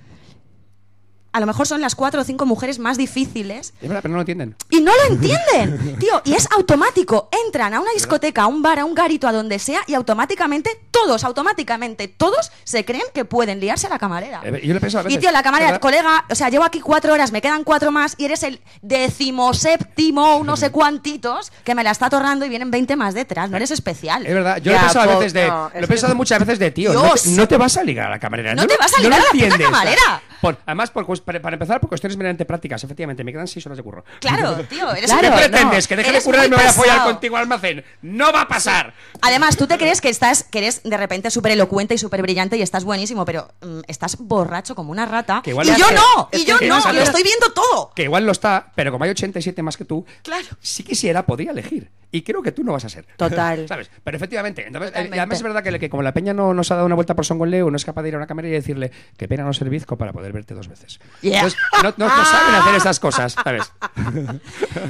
A: a lo mejor son las cuatro o cinco mujeres más difíciles
C: Es verdad, pero no lo entienden.
A: y no lo entienden, tío. Y es automático. Entran a una discoteca, a un bar, a un garito, a donde sea, y automáticamente todos, automáticamente todos se creen que pueden liarse a la camarera.
C: Eh, Yo lo he pensado a veces.
A: Y tío, la camarera,
C: ¿Verdad?
A: colega, o sea, llevo aquí cuatro horas, me quedan cuatro más y eres el decimoséptimo, no sé cuántitos, que me la está torrando y vienen 20 más detrás.
C: Eh,
A: No eres especial.
C: Es verdad, yo lo he
B: Ya,
C: pensado a
B: po-
C: veces de.
B: no, es
C: lo he pensado
B: que-
C: muchas veces de tío. No te,
A: Dios.
C: no te vas a ligar a la camarera.
A: No
C: lo-
A: te vas a ligar
C: lo
A: a la puta
C: entiendes,
A: camarera.
C: ¿sabes? Por- además, por, cuest- para, para empezar, por cuestiones meramente prácticas, efectivamente, me quedan 6 horas de curro.
A: Claro, tío, eres
C: ¿Qué
B: Claro,
A: un-
B: no.
C: pretendes? ¿Que deje de
A: Eres
C: currar y me
A: muy
C: voy a follar
A: pesado.
C: contigo al almacén? ¡No va a pasar!
A: Además, tú te crees que estás, que eres de repente súper elocuente y súper brillante y estás buenísimo, pero mm, estás borracho como una rata.
C: Que igual
A: y
C: es
A: yo
C: que-
A: no,
C: es
A: y
C: que-
A: yo
C: que
A: no,
C: esa
A: lo
C: es-
A: estoy viendo todo.
C: Que igual lo está, pero como hay 87 más que tú,
A: Claro.
C: si quisiera, podría elegir. Y creo que tú no vas a ser.
B: Total.
C: ¿Sabes? Pero efectivamente. Entonces, eh,
A: Totalmente.
C: y además es verdad que, que como la peña no, no se ha dado una vuelta por Son Leo, no es capaz de ir a una cámara y decirle que pena no ser bizco para poder verte dos veces.
A: Yeah.
C: Entonces, no, no- no saben hacer esas cosas, ¿sabes?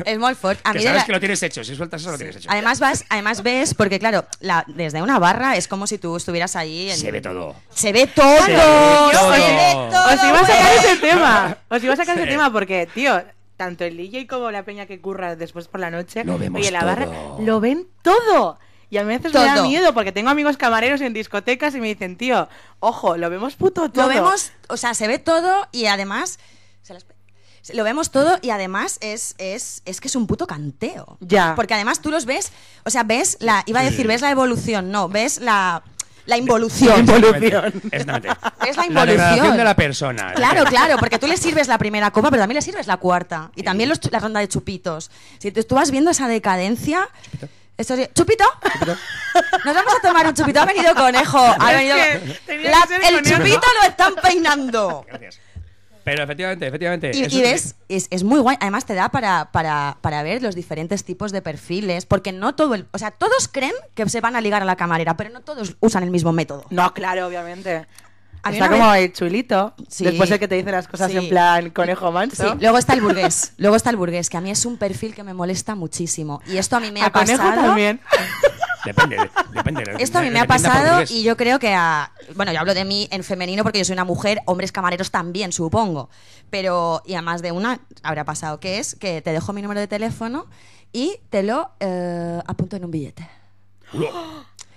A: Es muy fuerte. A
C: que
A: mí de
C: sabes
A: la-
C: que lo tienes hecho. Si sueltas eso, lo tienes hecho.
A: Además vas, además ves, porque claro, la, desde una barra es como si tú estuvieras ahí. en-
C: se ve todo.
A: Se ve todo. Se
C: ve todo.
A: todo,
B: Os iba a sacar
A: güey.
B: ese tema. Os iba a sacar ese
C: Sí.
B: tema porque, tío, tanto el DJ como la peña que curra después por la noche
C: Lo vemos
B: oye, la
C: todo.
B: barra, lo ven todo. Y a veces me da
A: Todo.
B: miedo porque tengo amigos camareros en discotecas y me dicen, tío, ojo, lo vemos puto todo.
A: Lo vemos, o sea, se ve todo y además. se las- Lo vemos todo y además es, es, es que es un puto canteo.
B: Ya.
A: Porque además tú los ves, o sea, ves la. Iba a decir, ves la evolución, no, ves la, la
B: La
A: involución.
B: involución.
C: Exactamente.
A: Es la
C: La degradación
A: involución.
C: de la persona.
A: Claro, claro, porque tú le sirves la primera copa, pero también le sirves la cuarta. Y también los chu- la ronda de chupitos. Si tú, tú vas viendo esa decadencia. Eso sí- ¿Chupito? Nos vamos a tomar un chupito. Ha venido conejo. Ha
B: Es
A: venido...
B: que tenía
A: La-
B: que ser
A: el
B: conejo.
A: chupito lo están peinando.
C: Gracias. Pero efectivamente, efectivamente.
A: Y,
C: eso
A: y
C: es-
A: ves, es, es muy guay. Además, te da para, para, para ver los diferentes tipos de perfiles. Porque no todo el. O sea, todos creen que se van a ligar a la camarera, pero no todos usan el mismo método.
B: No, claro, obviamente.
A: A mí
B: Está
A: una
B: como
A: vez-
B: el chulito.
A: Sí.
B: Después el que te dice las cosas
A: Sí.
B: en plan conejo
A: Sí,
B: manso.
A: luego está el burgués. Luego está el burgués, que a mí es un perfil que me molesta muchísimo. Y esto a mí me
B: a
A: ha pasado.
B: conejo también.
C: Depende, de- depende. de-
A: Esto a mí
C: de-
A: me ha
C: depende por
A: pasado
C: qué es.
A: y yo creo que a. Bueno, yo hablo de mí en femenino porque yo soy una mujer, hombres camareros también, supongo. Pero, y a más de una habrá pasado, que es que te dejo mi número de teléfono y te lo eh, apunto en un billete.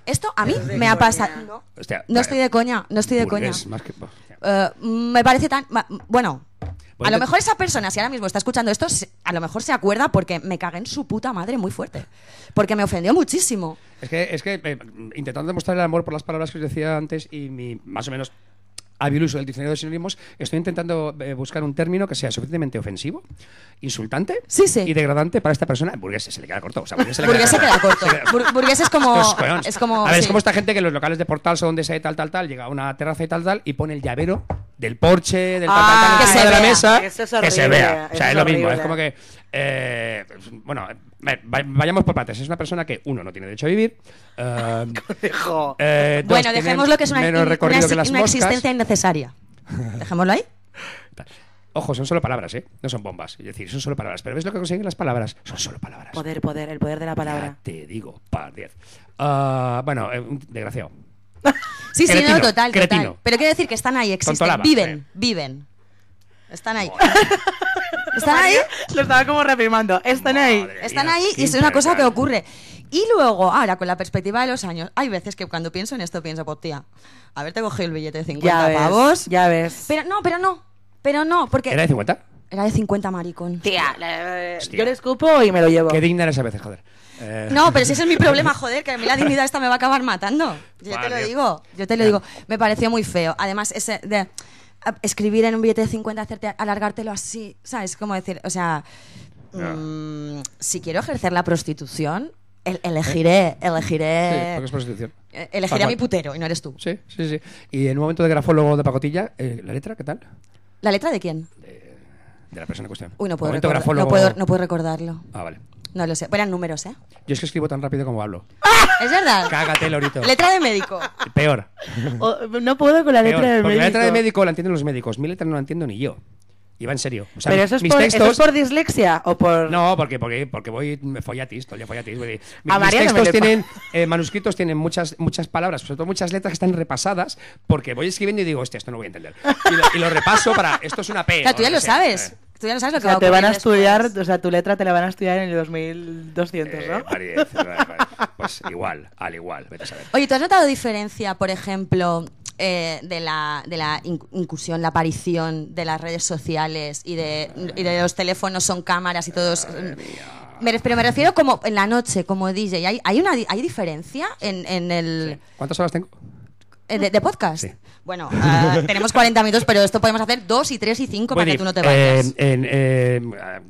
A: Esto a mí me ha pasado. No,
C: Hostia,
A: no estoy de coña, no estoy de coña.
C: Burgués, más que-
A: Eh, me parece tan. ma- Bueno.
C: Voy a
A: a lo
C: intent-
A: mejor esa persona, si ahora mismo está escuchando esto, se- a lo mejor se acuerda porque me cagué en su puta madre muy fuerte. Porque me ofendió muchísimo.
C: Es que, es que eh, intentando demostrar el amor por las palabras que os decía antes y mi más o menos hábil uso del diccionario de sinónimos, estoy intentando eh, buscar un término que sea suficientemente ofensivo, insultante
A: Sí, sí.
C: y degradante para esta persona. Burgués se le queda corto. O sea, burgués se le
A: Burgués se queda corto. Bur- burgués es como.
C: Estos coñones.
A: Es como.
C: a ver, es
A: sí.
C: como esta gente que en los locales de portal son donde sea y tal, tal, tal, llega a una terraza y tal, tal, y pone el llavero del porche, del tal,
B: Ah,
C: tal, tal,
A: que
C: encima
A: se
C: de la
A: vea.
C: mesa,
B: Eso es
C: que se
B: horrible,
C: vea. O
B: eso
C: sea,
B: es
C: es lo mismo,
B: horrible.
C: es como que. eh, bueno, eh, va- vayamos por partes. Es una persona que, uno, no tiene derecho a vivir. eh,
B: Conejo.
C: eh, dos,
A: Bueno,
C: tiene
A: dejémoslo que es una,
C: menos
A: una-
C: recorrido
A: una-
C: que las
A: una
C: moscas.
A: existencia innecesaria. Dejémoslo ahí.
C: Ojo, son solo palabras, ¿eh? No son bombas. Es decir, son solo palabras. Pero ¿ves lo que consiguen las palabras? Son solo palabras.
B: Poder, poder, el poder de la
C: Ya
B: palabra.
C: te digo, par diez. Ah, bueno, eh, un desgraciado.
A: Sí, sí,
C: Cretino,
A: no, total,
C: cretino.
A: total. Pero quiero decir que están ahí, existen.
C: Tontolaba, eh.
A: viven,
C: sí.
A: viven. Están ahí. Están ahí.
B: Lo estaba como reprimando. Están ahí.
C: Madre
A: Están
C: mía,
A: ahí
C: qué
A: y es una cosa que
C: impecable.
A: ocurre. Y luego, ahora con la perspectiva de los años, hay veces que cuando pienso en esto pienso, pues tía, haberte cogido el billete de 50
B: Ya ves.
A: pavos.
B: Ya ves.
A: Pero no, pero no. Pero no, porque
C: ¿Era de 50?
A: era de 50 maricón.
B: Tía, la-
C: Hostia.
B: yo le escupo y me lo llevo.
C: Qué digna eres a veces, joder. Eh,
A: No, pero si ese es mi problema, joder, que a mí la dignidad esta me va a acabar matando. Yo te lo
C: Vale.
A: digo, yo te lo digo. Me pareció muy feo. Además, ese de ah, escribir en un billete de 50, hacerte, alargártelo así, ¿sabes? Como decir, o sea,
C: Ya.
A: mm, si quiero ejercer la prostitución, el- elegiré,
C: sí,
A: elegiré...
C: porque es prostitución.
A: eh, Elegiré
C: Tal
A: a
C: cual.
A: mi putero y no eres tú.
C: Sí, sí, sí. Y en un momento de grafólogo de pacotilla, eh, ¿la letra qué tal?
A: ¿La letra de quién?
C: De la persona en cuestión.
A: Uy, no puedo,
C: Momento
A: recordar- no
C: grafólogo-
A: puedo, no puedo recordarlo.
C: Ah, vale.
A: No lo sé. Pero Eran números, ¿eh?
C: Yo es que escribo tan rápido como hablo.
A: Es verdad.
C: Cágate, Lorito.
A: Letra de médico.
C: Peor.
B: O- no puedo con la
C: peor.
B: letra del médico.
C: Porque la letra de médico la entienden los médicos. Mi letra no la entiendo ni yo. Y va en serio. O sea,
B: Pero
C: mi-
B: eso es,
C: mis
B: por,
C: textos...
B: eso es por dislexia o por.
C: No, porque, porque, porque voy me follatis, todo el día follatis. voy de- mi-
B: A
C: mis
B: Mariano
C: textos
B: me le-
C: tienen, eh, manuscritos tienen muchas, muchas palabras, sobre todo muchas letras que están repasadas, porque voy escribiendo y digo, hostia, esto no voy a entender. Y lo, y lo repaso para, esto es una P.
A: Claro, tú
C: o
A: ya
C: lo
A: lo
C: que sea. eh,
A: sabes. Tú ya lo sabes lo
B: O
A: que va
B: sea,
A: a
B: te van a
A: ocurrir después.
B: estudiar, o sea, tu letra te la van a estudiar en el 2200,
C: Eh,
B: ¿no?
C: Mariano, vale, pues igual, al igual, vete a saber.
A: Oye, ¿tú has notado diferencia, por ejemplo, eh, de la, de la in- incursión, la aparición de las redes sociales y de, y de los teléfonos son cámaras y todos? mm, Me ref- pero me refiero como en la noche, como DJ. ¿Hay, hay, una, di- hay diferencia en, en el...?
C: ¿Cuántas horas tengo?
A: eh, de, de podcast.
C: Sí.
A: Bueno, ah, tenemos 40 minutos, pero esto podemos hacer 2 y 3 y 5 para
C: Bueno,
A: que tú no te
C: eh,
A: vayas.
C: en- eh,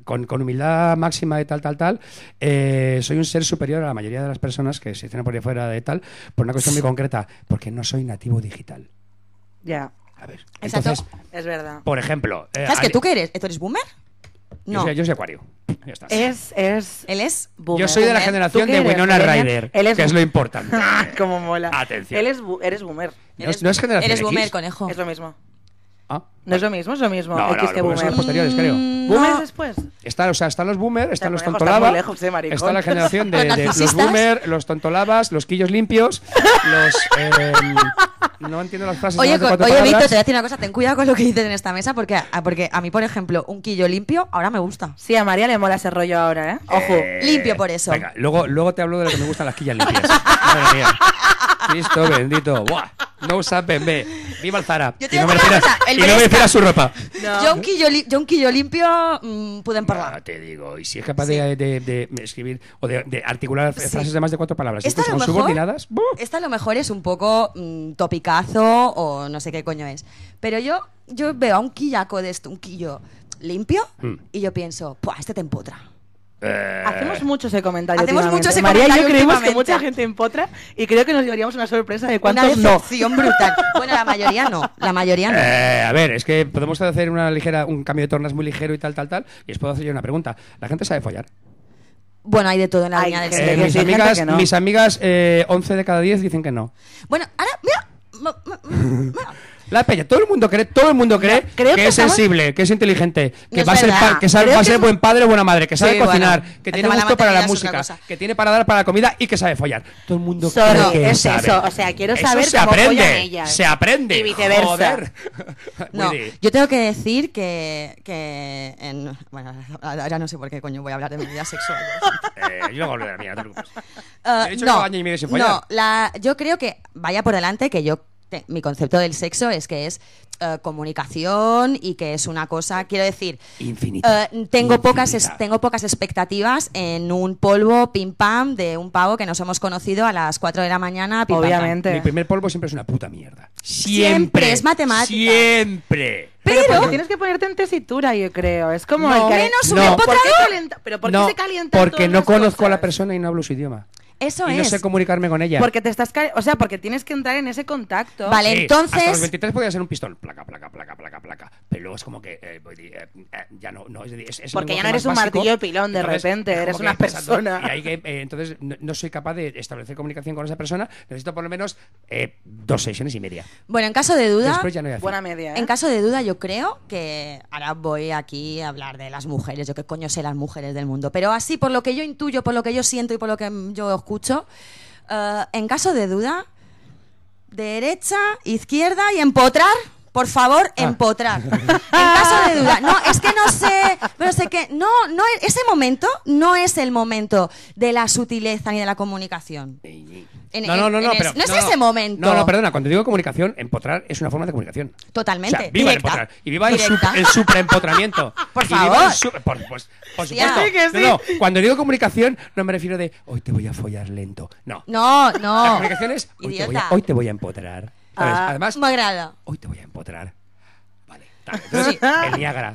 C: con, con humildad máxima y tal, tal, tal, eh, soy un ser superior a la mayoría de las personas que se hicieron por ahí fuera de tal, por una cuestión muy concreta, porque no soy nativo digital.
B: Ya,
C: A ver.
A: Exacto.
C: Entonces,
B: es verdad.
C: por ejemplo. eh,
A: ¿Sabes que
C: al-
A: tú qué eres? ¿Tú eres boomer?
C: Yo
A: No.
C: soy, yo soy acuario. Ya está.
B: Es, es...
A: Él es boomer.
C: yo soy de la
A: Boomer.
C: generación
B: ¿Tú
C: de
B: qué eres,
C: Winona
B: millennial?
C: Ryder,
B: Él es
C: que es
B: bu-
C: lo importante.
B: Como mola.
C: Ah. Atención.
B: Él es bu- eres boomer.
C: No es- no es generación
A: Eres
C: X.
A: boomer, conejo.
B: Es lo mismo.
C: Ah.
B: No es lo mismo, es lo mismo.
C: No, no,
B: X que
C: los boomers
B: boomer.
C: son posteriores, creo.
A: Mm,
B: ¿Boomer
A: no.
B: después?
C: Está, o sea, están los boomers, están los
B: conejo, está
C: tontolabas.
B: muy lejos, eh, maricón.
C: está la generación
A: Los
C: de, de los
A: narcisistas.
C: boomers, los tontolabas, los quillos limpios, los. eh, no entiendo las frases.
A: Oye,
C: más de
A: co-
C: cuatro
A: oye Víctor, te
C: palabras.
A: voy a decir una cosa. Ten cuidado con lo que dices en esta mesa, porque a, porque a mí, por ejemplo, un quillo limpio ahora me gusta.
B: Sí, a María le mola ese rollo ahora, ¿eh? Ojo.
C: Eh,
A: Limpio por eso.
C: Venga, luego, luego te hablo de lo que me gustan las quillas limpias. Madre mía. Cristo bendito. Buah. No saben, ve. Viva el Zara.
A: Yo te
C: y no
A: voy
C: me
A: a decir una
C: refieras,
A: cosa, el
C: y no me
A: Bershka.
C: refieras su ropa.
B: No.
A: Yo, un quillo li- yo un quillo limpio mm, pude
C: Ah,
A: emparlar.
C: te digo, y si es capaz de, de- de escribir o de, de articular
A: Sí.
C: frases de más de cuatro palabras,
A: Esta
C: incluso
A: a, lo
C: con
A: mejor,
C: subordinadas, ¡buh!
A: esta a lo mejor es un poco mm, topicazo o no sé qué coño es. Pero yo, yo veo a un quillaco de esto, un quillo limpio,
C: Mm.
A: y yo pienso, pues este te empotra.
C: Eh,
B: Hacemos mucho ese comentario.
A: Hacemos
B: últimamente.
A: mucho ese
B: María y
A: comentario
B: yo creemos que
A: últimamente.
B: mucha gente empotra y creo que nos llevaríamos una sorpresa de
A: Una
B: cuántos no.
A: decepción brutal. Bueno, la mayoría no. La mayoría no.
C: eh, a ver, es que podemos hacer una ligera, un cambio de tornas muy ligero y tal, tal, tal. Y os puedo hacer yo una pregunta. ¿La gente sabe follar?
A: Bueno, hay de todo en la
B: Hay
A: línea del
B: gente
C: Eh,
A: serio.
B: que
C: mis,
B: sí, gente
C: amigas,
B: que no.
C: mis amigas, eh, 11 de cada 10 dicen que no.
A: Bueno, ahora, mira. ma- ma- ma-
C: La peña, todo el mundo cree, todo el mundo cree
B: creo
C: que,
B: que
C: es
B: estamos-
C: sensible, que es inteligente, que
A: es
C: va a ser,
A: verdad.
C: pa- que sabe-
A: Creo
C: va a
A: que
C: ser
A: es-
C: buen padre o buena madre, que sabe
A: Sí,
C: cocinar,
A: bueno,
C: que
A: el
C: tiene
A: tema de la
C: gusto para la
A: mantenida es otra
C: música,
A: cosa.
C: que tiene para dar para la comida y que sabe follar. Todo el mundo
B: Solo
C: cree que
B: es
C: sabe.
B: eso, o sea, quiero saber
C: se
B: cómo follan
C: aprende,
B: ellas.
C: Se aprende.
B: Y viceversa.
C: Joder.
A: No,
C: Willy.
A: yo tengo que decir que, que en- bueno, ahora no sé por qué coño voy a hablar de mi vida sexual.
C: Eh, yo luego hablo de la mía, no te preocupes.
A: Ah,
C: He dicho que llevo año y medio sin follar.
A: no, la- yo creo que vaya por delante que yo te- mi concepto del sexo es que es eh, comunicación y que es una cosa, quiero decir,
C: Infinita.
A: eh, tengo pocas es-
C: Infinita.
A: tengo pocas expectativas en un polvo pim pam de un pavo que nos hemos conocido a las 4 de la mañana, pim, pam, pam.
B: Obviamente.
C: Mi primer polvo siempre es una puta mierda. Siempre.
A: Siempre, es matemática.
C: Siempre.
A: Pero,
B: porque tienes que ponerte en tesitura, yo creo. Es como
C: No.
B: el que-
A: Menos
C: un No.
B: ¿Por qué
A: empotrador.
B: calienta- ¿Pero por qué
C: no,
B: se calientan
C: porque
B: todas
C: no
B: las
C: conozco a
B: cosas?
C: la persona y no hablo su idioma.
A: eso
C: y
A: es.
C: no sé comunicarme con ella.
B: Porque te estás cal- o sea, porque tienes que entrar en ese contacto.
A: Vale.
C: Sí,
A: entonces-
C: Hasta los 23 podía ser un pistón. Placa, placa, placa, placa, placa. Pero luego es como que. eh, voy di- eh, eh, ya no. no es, decir, es- es el
B: Porque ya
C: lenguaje
B: no eres
C: más
B: un
C: básico.
B: martillo de pilón de
C: Entonces,
B: repente,
C: es como
B: eres
C: que,
B: una
C: exacto,
B: persona.
C: y hay que, eh, entonces no, no soy capaz de establecer comunicación con esa persona. Necesito por lo menos eh, dos sesiones y media.
A: Bueno, en caso de duda,
C: Después ya no hay
B: Buena
C: acción.
B: media. ¿eh?
A: En caso de duda, yo creo que ahora voy aquí a hablar de las mujeres, yo qué coño sé las mujeres del mundo, pero así por lo que yo intuyo, por lo que yo siento y por lo que mm, yo escucho, eh, en caso de duda, derecha, izquierda y empotrar. Por
C: Ah.
A: favor, empotrar. En caso de duda. No, es que no sé, pero sé que no, no ese momento no es el momento de la sutileza ni de la comunicación. En-
C: no, no,
A: en-
C: no, no,
A: en
C: pero,
A: es- no es ese momento.
C: No, no, perdona, cuando digo comunicación, empotrar es una forma de comunicación.
A: Totalmente.
C: O sea, viva
A: Directa.
C: el empotrar. Y viva el,
A: Directa.
C: sup- el supraempotramiento.
A: Por
C: Y viva el
A: favor.
C: su- por, pues, por
A: Hostia.
C: supuesto.
A: Sí
B: que sí.
C: No, no, cuando digo comunicación, no me refiero de hoy te voy a follar lento. No.
A: No, no.
C: La comunicación es hoy te, voy a,
A: Idiota.
C: hoy te voy a empotrar. ¿Sabes?
B: Ah,
C: Además,
A: Me agrada.
C: hoy te voy a empotrar. Vale. tal. Entonces,
A: Sí.
C: el Niágara.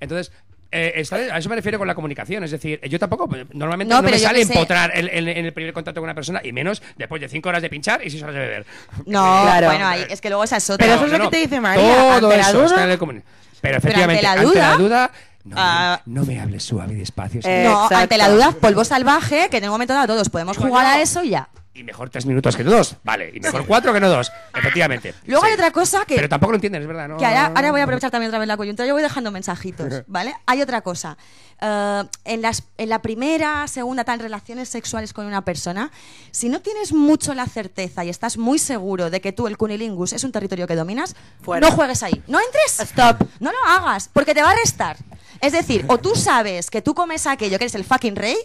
C: Entonces, eh, está- a eso me refiero con la comunicación. Es decir, yo tampoco, eh, normalmente
A: No,
C: no, me
A: pero yo
C: sale
A: qué sé.
C: empotrar en, en- en el primer contacto con una persona, y menos después de cinco horas de pinchar y seis horas de beber.
A: No,
B: Claro.
A: bueno, ahí, es que luego esa es otra.
B: Pero eso es lo
C: no,
B: que te dice
C: no.
B: María,
C: Todo
B: ante la
C: eso
B: duda-
C: está en el comuni- Pero efectivamente,
A: la
C: ante la duda,
A: duda-
C: no,
A: Ah.
C: no me hables suave y despacio.
B: Eh,
C: sino-
A: No,
B: Exacto.
A: ante la duda, polvo salvaje, que en un momento dado todos podemos
C: Digo
A: jugar
C: yo.
A: a eso y ya.
C: Y mejor tres minutos que dos, vale. Y mejor cuatro que no dos, efectivamente.
A: Luego hay
C: Sí.
A: otra cosa que,
C: Pero tampoco lo entienden, es verdad. No,
A: que ahora,
C: no, no,
A: ahora voy a
C: no.
A: aprovechar también otra vez la coyuntura, yo voy dejando mensajitos, ¿vale? Hay otra cosa. Eh, en, las, en la primera, segunda, tal, relaciones sexuales con una persona, si no tienes mucho la certeza y estás muy seguro de que tú, el cunilingus, es un territorio que dominas,
B: Fuera.
A: no juegues ahí. No entres.
B: Stop.
A: No lo hagas, porque te va a restar. Es decir, o tú sabes que tú comes aquello que eres el fucking rey,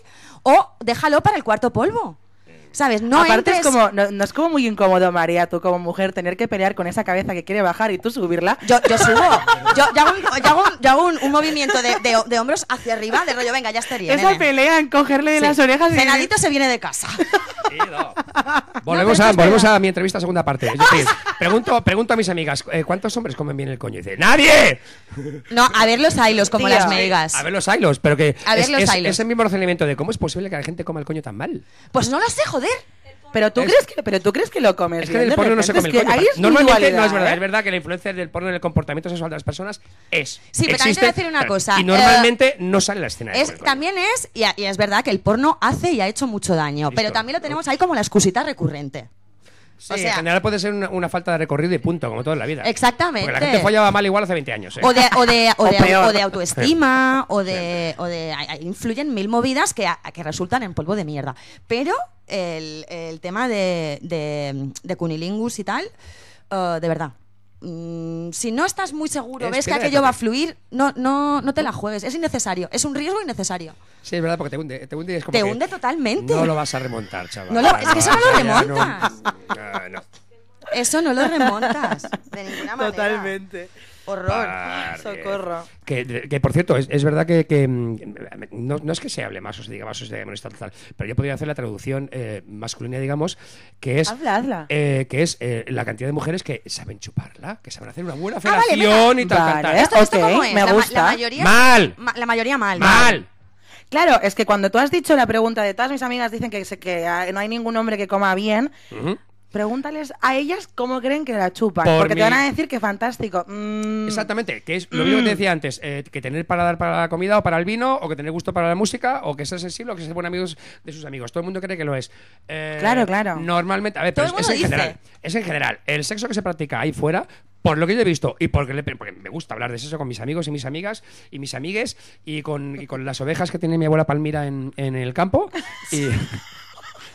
A: o déjalo para el cuarto polvo. ¿Sabes? No
B: Aparte
A: entres-
B: es como, no, no es como muy incómodo, María, tú como mujer, tener que pelear con esa cabeza que quiere bajar y tú subirla.
A: Yo, yo subo. Yo, yo hago, un, yo hago un- yo hago un- un movimiento de, de- de hombros hacia arriba, de rollo, venga, ya estaría.
B: Esa
A: nene.
B: pelea en cogerle de
A: Sí.
B: las orejas y...
A: Cenadito se viene de casa.
C: Volvemos,
A: No, pero esto
C: a,
A: es
C: volvemos
A: verdad.
C: a mi entrevista segunda parte. Es decir, pregunto, pregunto a mis amigas, eh, ¿cuántos hombres comen bien el coño? Y dice, ¡nadie!
A: No, a ver los hilos, como
B: Tía.
A: las meigas.
C: A ver los hilos, pero que
A: A ver
C: es,
A: los
C: es-
A: hilos.
C: es el mismo razonamiento de cómo es posible que la gente coma el coño tan mal.
A: Pues no lo sé, joder.
B: Pero tú,
C: Es-
B: crees que, pero tú crees que lo comes
C: Es que
B: bien,
C: en el
B: de
C: porno no se come
B: repente, es
C: el
B: que
C: coño.
B: ahí es
C: Normalmente no
B: individualidad,
C: es verdad.
B: ¿eh?
C: Es verdad que la influencia del porno en el comportamiento sexual de las personas es.
A: Sí, pero también te voy a
C: existe,
A: decir una
C: claro,
A: cosa, eh,
C: Y normalmente no sale la escena. de
A: Es,
C: comer coño.
A: también es, y, a- y es verdad que el porno hace y ha hecho mucho daño,
C: Listo.
A: pero también lo tenemos ahí como la excusita recurrente.
C: Sí,
A: o sea-
C: en general puede ser una, una falta de recorrido y punto, como todo en la vida.
A: Exactamente.
C: Porque la gente follaba mal igual hace 20 años. ¿eh?
A: O de, o de, o
B: O
A: de-
B: peor.
A: o de autoestima, o de, o de- a- a- Influyen mil movidas que, a- que resultan en polvo de mierda. Pero el, el tema de, de, de cunilingus y tal, eh, de verdad. mm, si no estás muy seguro,
C: Es
A: ves que
C: piedra de
A: aquello va a
C: toque.
A: fluir, no, no, no te la juegues. Es innecesario. Es un riesgo innecesario.
C: Sí, es verdad, porque te hunde. Te hunde, y es como
A: Te
C: que
A: hunde totalmente.
C: No lo vas a remontar, chaval.
A: No lo- es que eso no lo remontas.
C: No, no, no.
A: Eso no lo remontas. De ninguna manera.
B: Totalmente.
A: Horror.
C: Par-
B: Socorro.
C: Que, que, por cierto, es, es verdad que, que, mm, no, no es que se hable más o se diga más o se diga menos tal, tal, pero yo podría hacer la traducción eh, masculina, digamos, que es,
B: Habla, habla.
C: eh, que es eh, la cantidad de mujeres que saben chuparla, que saben hacer una buena
A: Ah, vale,
C: felación y tal,
B: Vale,
C: tal,
B: ¿eh?
C: tal.
A: ¿Esto, esto
B: Ok,
A: cómo es?
B: me
A: La ma-
B: gusta.
A: La, mayoría,
C: Mal.
A: ma- la mayoría mal.
C: ¡Mal!
B: Claro, es que cuando tú has dicho la pregunta de todas mis amigas dicen que, se- que ah, no hay ningún hombre que coma bien,
C: Ujú.
B: pregúntales a ellas cómo creen que la chupan.
C: Por
B: porque
C: mi-
B: te van a decir que fantástico. Mm,
C: Exactamente, que es lo mismo que te decía antes, eh, que tener para dar para la comida o para el vino, o que tener gusto para la música, o que ser sensible, o que ser buen amigos de sus amigos. Todo el mundo cree que lo es. Eh,
B: Claro, claro.
C: Normalmente, a ver,
A: Todo
C: pero
A: el
C: es,
A: mundo
C: es en
A: dice.
C: general. Es en general. El sexo que se practica ahí fuera, por lo que yo he visto, y porque, le- porque me gusta hablar de sexo con mis amigos y mis amigas, y mis amigues, y con, y con las ovejas que tiene mi abuela Palmira en, en el campo, y,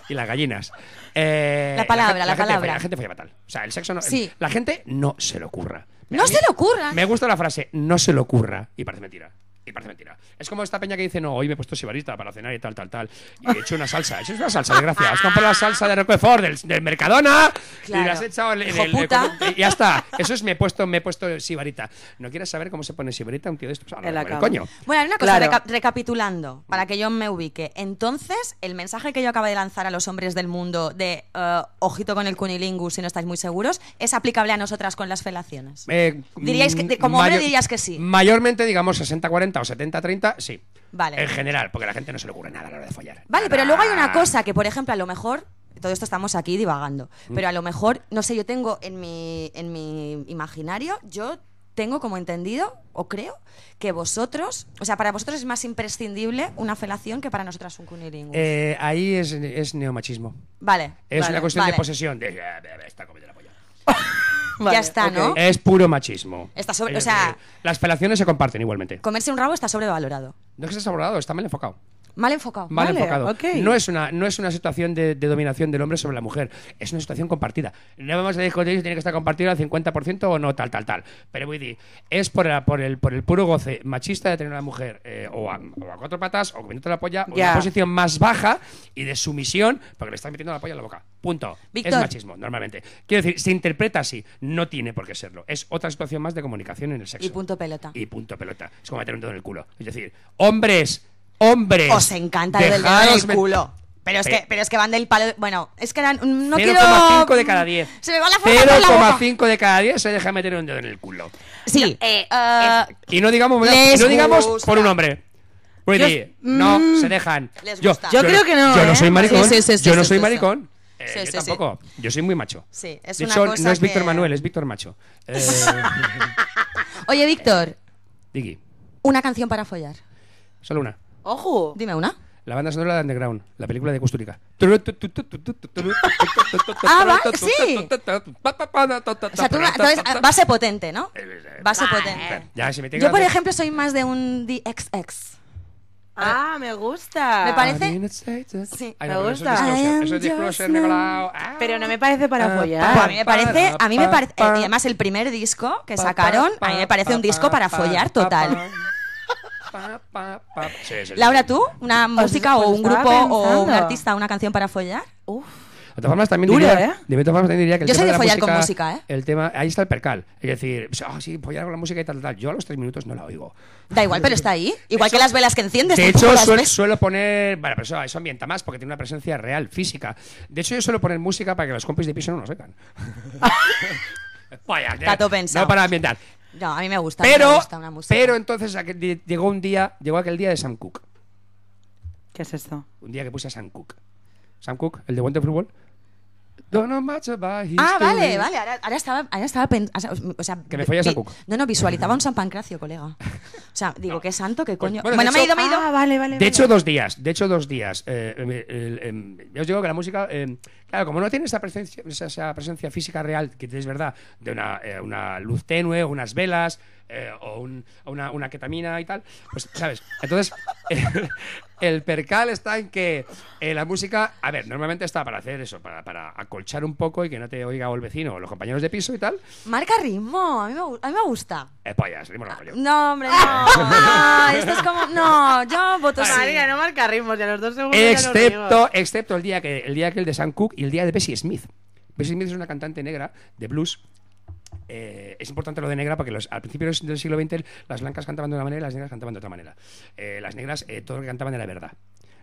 C: y las gallinas. Eh,
A: La palabra,
C: gen-
A: la
C: gente
A: palabra.
C: folla- la gente folla fatal. O sea, el sexo no.
A: Sí.
C: La gente no se le ocurra.
A: No se le ocurra.
C: Me gusta la frase, no se le ocurra. Y parece mentira. Y parece mentira. Es como esta peña que dice, no, hoy me he puesto sibarista para cenar y tal, tal, tal. Y he hecho una salsa. He hecho una salsa, desgracia. Has comprado la salsa de Roquefort del, del Mercadona y
A: Claro.
C: la has echado en, en
A: Hijo
C: el...
A: puta.
C: y ya está. Eso es, me he puesto, me he puesto sibarita. ¿No quieres saber cómo se pone sibarita un tío de estos? Ah, no,
B: En la
C: con el
B: cama.
C: coño.
A: Bueno, hay una cosa,
B: Claro.
A: reca- recapitulando, para que yo me ubique. Entonces, el mensaje que yo acabo de lanzar a los hombres del mundo de eh, ojito con el cunilingus si no estáis muy seguros, es aplicable a nosotras con las felaciones.
C: Eh,
A: Diríais que- de- como
C: mayo-
A: hombre dirías que sí.
C: Mayormente, digamos, 60-40 o 70-30, sí.
A: Vale.
C: En general, porque a la gente no se le ocurre nada a la hora de follar.
A: Vale, pero
C: Nada.
A: luego hay una cosa que, por ejemplo, a lo mejor, todo esto estamos aquí divagando,
C: Mm.
A: pero a lo mejor, no sé, yo tengo en mi, en mi imaginario, yo tengo como entendido, o creo, que vosotros, o sea, para vosotros es más imprescindible una felación que para nosotras un cunilingus.
C: Eh, ahí es, es neomachismo.
A: vale.
C: Es
A: vale,
C: una cuestión
A: vale.
C: de posesión. de, "Ah, bebe, está comiendo la polla".
B: vale,
A: ya está,
B: ok.
A: ¿no?
C: Es puro machismo.
A: Está sobre-
C: Es
A: o sea-
C: decir, las felaciones se comparten igualmente.
A: Comerse un rabo está sobrevalorado.
C: No es que estés abordado, está mal enfocado.
A: Mal enfocado.
C: Mal
B: Vale,
C: enfocado.
B: ok.
C: No, es una, no es una situación de, de dominación del hombre sobre la mujer. Es una situación compartida. No vamos a discutir si tiene que estar compartido al 50% o no, tal, tal, tal. Pero voy a decir, es por, la- por, el, por el puro goce machista de tener a la mujer eh, o, a, o a cuatro patas o comiéndote la polla o en
B: Ya.
C: una posición más baja y de sumisión porque le estás metiendo la polla en la boca. Punto.
A: Víctor.
C: Es machismo, normalmente. Quiero decir, se interpreta así. No tiene por qué serlo. Es otra situación más de comunicación en el sexo.
A: Y punto pelota.
C: Y punto pelota. Es como meter un dedo en el culo. Es decir, hombres, hombres.
A: Os encanta lo del dedo en
C: dejaros
A: el
C: me-
A: culo. Pero es, que,
C: Eh,
A: pero es que van del palo. Bueno, es que eran. No quiero.
C: 0,5 de cada 10.
A: Se me va la forma por la boca.
C: 0,5 de cada 10 se deja meter un dedo en el culo.
A: Sí. eh,
C: Y no digamos,
A: Les
C: y no digamos
A: gusta.
C: por un hombre. Voy a
B: Yo-
C: decir, no,
B: mm.
C: se dejan.
A: Les
C: Yo,
A: gusta.
B: Yo creo que no,
C: Yo no
B: ¿eh?
C: soy maricón.
A: Sí, sí, sí, sí,
C: yo no
A: sí,
C: soy
A: sí,
C: maricón.
A: sí.
C: Eh,
A: Sí,
C: yo
A: sí, sí.
C: tampoco. Yo soy muy macho.
A: Sí, es
C: De
A: una
C: hecho,
A: cosa
C: no es Víctor
A: que-
C: Manuel, es Víctor Macho. Eh,
A: Oye, Víctor,
C: Diggy,
A: una canción para follar.
C: solo una.
B: Ojo.
A: Dime una.
C: La banda sonora de Underground, la película de Custurica.
A: Ah, va, sí. O sea, tú entonces, ah, base potente, ¿no? Base potente.
C: Ya, si me Eh, tengo
A: Yo, por
C: que-
A: ejemplo, soy más de un DXX.
B: Ah, me gusta.
A: Me parece-
C: Sí,
B: me gusta.
C: Eso es
A: I am
C: disclosure,
A: just
C: regalado. Ah.
B: Pero no me parece para
C: Ah,
B: follar.
A: Pues a mí me parece, a mí me parece, y además el primer disco que sacaron, a mí me parece un disco para follar total. Laura, ¿tú? ¿Una música o
B: pues
A: un
B: estaba
A: grupo o un
C: Pues
B: pensando.
A: artista, una canción para follar?
B: Uf.
C: De todas formas, también
B: Duro,
C: diría,
B: ¿eh?
C: de todas formas, también diría que el
A: Yo
C: tema
A: soy de
C: la
A: follar con música, ¿eh?
C: El tema, ahí está el percal. Es decir, pues, ah, sí, follar con la música y tal, tal. Yo a los tres minutos no la oigo.
A: Da igual, pero está ahí. Igual que las velas que enciendes.
C: De
A: tampoco
C: hecho,
A: las
C: suelo,
A: ves.
C: suelo poner. Bueno, pero eso, eso ambienta más porque tiene una presencia real, física. De hecho, yo suelo poner música para que los compis de piso no nos oigan. Vaya, ya.
A: Tato pensado.
C: No para ambientar.
A: No, a mí me gusta. a mí me
C: Pero,
A: gusta una música.
C: pero entonces aquel di- llegó un día, llegó aquel día de Sam Cook.
B: ¿Qué es esto?
C: Un día que puse a Sam Cook. Sam Cook, el de Wonder Football. Don't know much about history.
A: Ah, vale, vale. Ahora, ahora estaba, ahora estaba pensando. O sea,
C: Que me follas a
A: vi-
C: Cook.
A: No, no, visualizaba un San Pancracio, colega. O sea, digo, qué santo, qué coño.
C: Pues, bueno, de
A: bueno, me he
C: hecho-
A: ido, me he ido.
B: Ah, vale, vale.
C: De
B: vale.
C: hecho, dos días. De hecho, dos días. Eh, eh, eh, eh, ya os digo que la música, eh, claro, como no tiene esa presencia, esa, esa presencia física real, que es verdad, de una, eh, una luz tenue, unas velas, eh, o un- una, una ketamina y tal, pues, ¿sabes? Entonces, el, el percal está en que eh, la música, a ver, normalmente está para hacer eso, para, para acolchar un poco y que no te oiga o el vecino o los compañeros de piso y tal.
A: Marca ritmo, a mí me, gu- a mí me gusta.
C: Eh, pollas, ritmo no, rollo.
A: No, hombre, no. Ah, esto es como. No, yo voto sí.
B: María, no marca ritmos, ya los dos segundos. ya los digo.
C: Excepto, excepto el día que el día que el de Sam Cooke y el día de Bessie Smith. Bessie Smith es una cantante negra de blues. Eh, es importante lo de negra porque los, al principio del- del siglo XX las blancas cantaban de una manera y las negras cantaban de otra manera. Eh, las negras eh, todo lo que cantaban era verdad.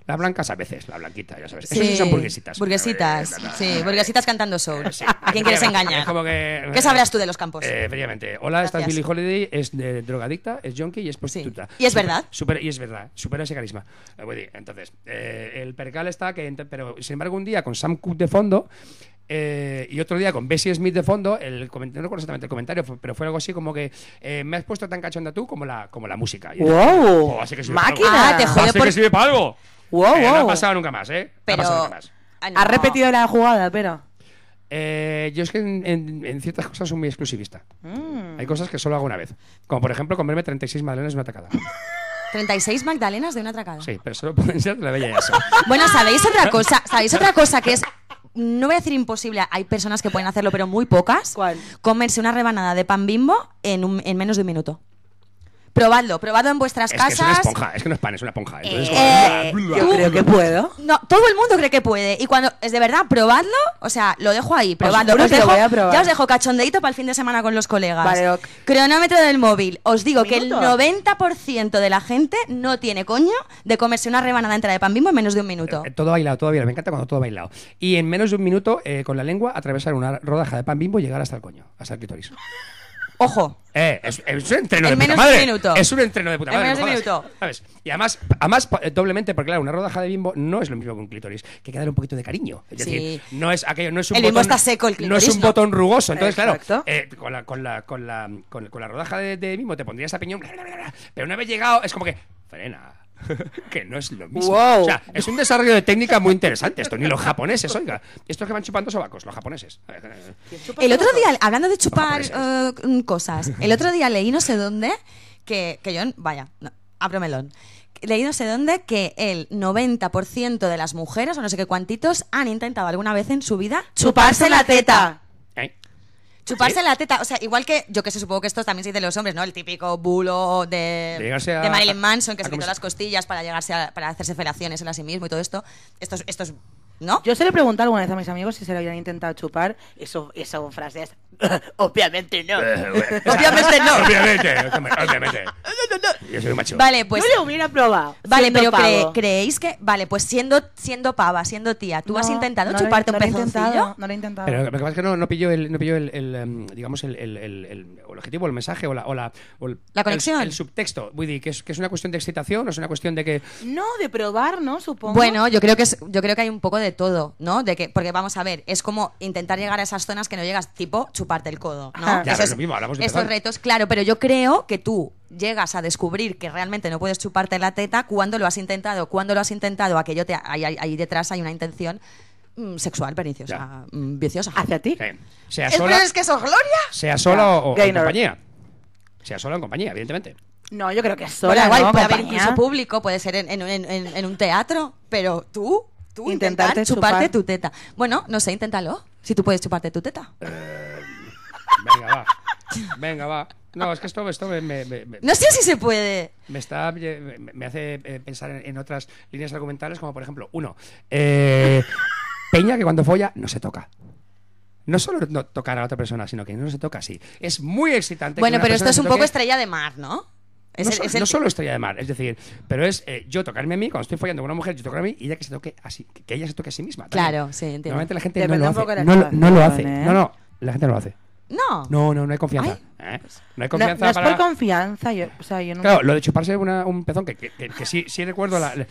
C: Las blancas a veces, la blanquita, ya sabes. Eso sí son burguesitas.
A: Burguesitas,
C: Eh, bla, bla, bla.
A: sí, burguesitas cantando soul.
C: Sí.
A: ¿A quién quieres engañar?
C: Es como que-
A: ¿Qué sabrás tú de los campos?
C: Eh, efectivamente. Hola, esta es
A: Gracias.
C: Billie Holiday, es de- drogadicta, es junkie y es prostituta.
A: Y es
C: Supera-
A: verdad.
C: supera- y es verdad, supera ese carisma. Eh, voy a decir, Entonces, eh, el percal está que. ent- Pero, sin embargo, un día con Sam Cooke de fondo. eh, y otro día con Bessie Smith de fondo, el coment- no recuerdo exactamente el comentario, fue- pero fue algo así como que eh, me has puesto tan cachonda tú como la, como la música. Y-
B: ¡Wow!
C: Oh, así que sirve
B: ¡Máquina!
C: para algo.
A: Ah, te jode
C: Así que
A: por-
C: sirve para algo.
B: ¡Wow,
C: Eh, No ha
B: wow!
C: pasado nunca más, ¿eh? No ha
A: Pero.
C: pasado nunca más.
A: Ah, no.
B: Ha repetido la jugada, pero.
C: Eh, yo es que en, en- en ciertas cosas soy muy exclusivista.
A: Mm.
C: Hay cosas que solo hago una vez. Como por ejemplo comerme 36 madalenas de una tacada.
A: 36 magdalenas de una atracada.
C: Sí, pero solo pueden ser de la bella y eso.
A: Bueno, ¿sabéis otra cosa? ¿Sabéis otra cosa que es.? No voy a decir imposible, hay personas que pueden hacerlo, pero muy pocas.
B: ¿Cuál?
A: Comerse una rebanada de pan bimbo en, un- en menos de un minuto. Probadlo, probadlo en vuestras
C: Es que es una
A: casas.
C: esponja, es que no es pan, es una esponja. Entonces,
A: Eh,
C: como-
A: yo
B: Creo que puedo.
A: No, todo el mundo cree que puede. Y cuando es de verdad, probadlo. O sea, lo dejo ahí, probadlo.
B: juro
A: Os
B: que lo
A: dejo-
B: voy a probar.
A: Ya os dejo cachondeito para el fin de semana con los colegas.
B: Vale, ok.
A: Cronómetro del móvil. Os digo que el
B: ¿Minuto?
A: 90% de la gente no tiene coño de comerse una rebanada entera de pan bimbo en menos de un minuto.
C: Eh, Todo bailado, todo bailado. Me encanta cuando todo bailado. Y en menos de un minuto, eh, con la lengua, atravesar una rodaja de pan bimbo y llegar hasta el coño, hasta el clítoris.
A: Ojo.
C: Eh, es, es un entreno
A: En
C: de puta
A: menos de un
C: madre.
A: minuto.
C: Es un entreno de puta
A: En
C: madre.
A: menos
C: no
A: de un
C: jodas.
A: minuto.
C: ¿Sabes? Y además, además pa- eh, doblemente, porque claro, una rodaja de bimbo no es lo mismo que un clítoris, que hay que darle un poquito de cariño. Es
A: Sí.
C: decir, no es aquello, no es un
A: El
C: botón,
A: bimbo está seco, el
C: No es
A: clítoris
C: un
A: no.
C: botón rugoso. Entonces, claro,
B: Exacto.
C: eh, con, la, con, la, con, la, con, con la rodaja de, de bimbo te pondrías a piñón, pero una vez llegado, es como que, frena. que no es lo mismo.
B: Wow.
C: O sea, es un desarrollo de técnica muy interesante esto. Ni los japoneses, oiga. Estos que van chupando sobacos, los japoneses.
A: El otro día, hablando de chupar
C: japoneses.
A: eh, mm, cosas, el otro día leí no sé dónde que, que yo, vaya, no, abro melón. Leí no sé dónde que el 90% de las mujeres, o no sé qué cuantitos, han intentado alguna vez en su vida chuparse la teta.
C: ¿Eh?
A: Chuparse
C: ¿Sí?
A: la teta, o sea, igual que, yo que sé, supongo que esto también se dice de los hombres, ¿no? El típico bulo de,
C: De llegarse a-
A: de Marilyn Manson que
C: a
A: se quitó
C: comerse-
A: las costillas para llegarse a- para hacerse felaciones él a sí mismo y todo esto. Esto es, esto es ¿no?
B: Yo se lo he preguntado alguna vez a mis amigos si se lo habían intentado chupar. Eso, esa frase es. Obviamente no.
A: Obviamente no.
C: Obviamente, obviamente. Yo soy un macho.
A: Vale, pues...
B: no lo hubiera probado.
A: Vale,
B: siendo
A: pero cre-
B: pavo.
A: creéis que. Vale, pues siendo, siendo pava, siendo tía, ¿tú has
B: No,
A: intentado
B: no lo he-
A: chuparte
B: no
A: un
B: lo he intentado,
A: pezoncillo?
B: No lo he intentado.
C: Pero lo que pasa es que no, no pilló el, no pilló el, el, em, digamos, el, el, el, el- o el objetivo, el mensaje o la, o la, o el-
A: La conexión.
C: El, el subtexto. Voy a decir, que es, que es una cuestión de excitación o es una cuestión de que.
B: No, de probar, ¿no? Supongo.
A: Bueno, yo creo que es- yo creo que hay un poco de todo, ¿no? De que, porque vamos a ver, es como intentar llegar a esas zonas que no llegas, tipo chuparte el codo, ¿no?
B: Ya,
C: pero
A: Esos-
C: es lo mismo, hablamos de
A: esos
C: pezón.
A: retos, claro, pero yo creo que tú llegas a descubrir que realmente no puedes chuparte la teta cuando lo has intentado, cuando lo has intentado, aquello te, ahí, ahí- ahí detrás hay una intención mm, sexual, perniciosa, mm, viciosa.
B: Hacia ti.
C: eh, sea
A: El
C: sola,
A: peor es que eso, Gloria.
C: sea sola o, o en
B: Gaynor.
C: compañía. Sea sola o en compañía, evidentemente.
B: No, yo creo que es
A: Bueno,
B: sola,
A: igual
B: ¿no?
A: puede haber
B: Compañía.
A: incluso público, puede ser en, en- en- en- en un teatro, pero tú, tú intentar
B: Intentarte
A: chuparte
B: chupar.
A: tu teta. Bueno, no sé, inténtalo. Si tú puedes chuparte tu teta.
C: Venga, va. Venga, va. No, es que esto, esto me, me- me- me-
A: No sé si se puede.
C: me está, me me hace eh, pensar en, en otras líneas argumentales, como por ejemplo, uno, eh, Peña que cuando folla no se toca. No solo no tocar a la otra persona, sino que no se toca así. Es muy excitante. que
A: Bueno,
C: una
A: pero esto
C: persona
A: es
C: se
A: un poco
C: toque.
A: estrella de mar, ¿no? Es
C: no,
A: el-
C: so-
A: es el-
C: no solo estrella de mar, es decir, pero es eh, yo tocarme a mí, cuando estoy follando con una mujer, yo tocarme a mí y ella que se toque así, que que ella se toque a sí misma. también.
A: Claro, sí, entiendo.
C: Normalmente la gente
B: Depende
C: no
B: un
C: lo
B: poco de la
C: hace. No, lo- no lo hace.
B: situación, ¿eh?
C: No, no, la gente no lo hace.
A: No.
C: No, no, no hay confianza. ¿eh? No hay
B: No, no
C: confianza
B: es
C: para...
B: por confianza, yo, o sea, yo no...
C: Claro, lo de chuparse una- un pezón, que, que- que- que sí, sí recuerdo. La, la-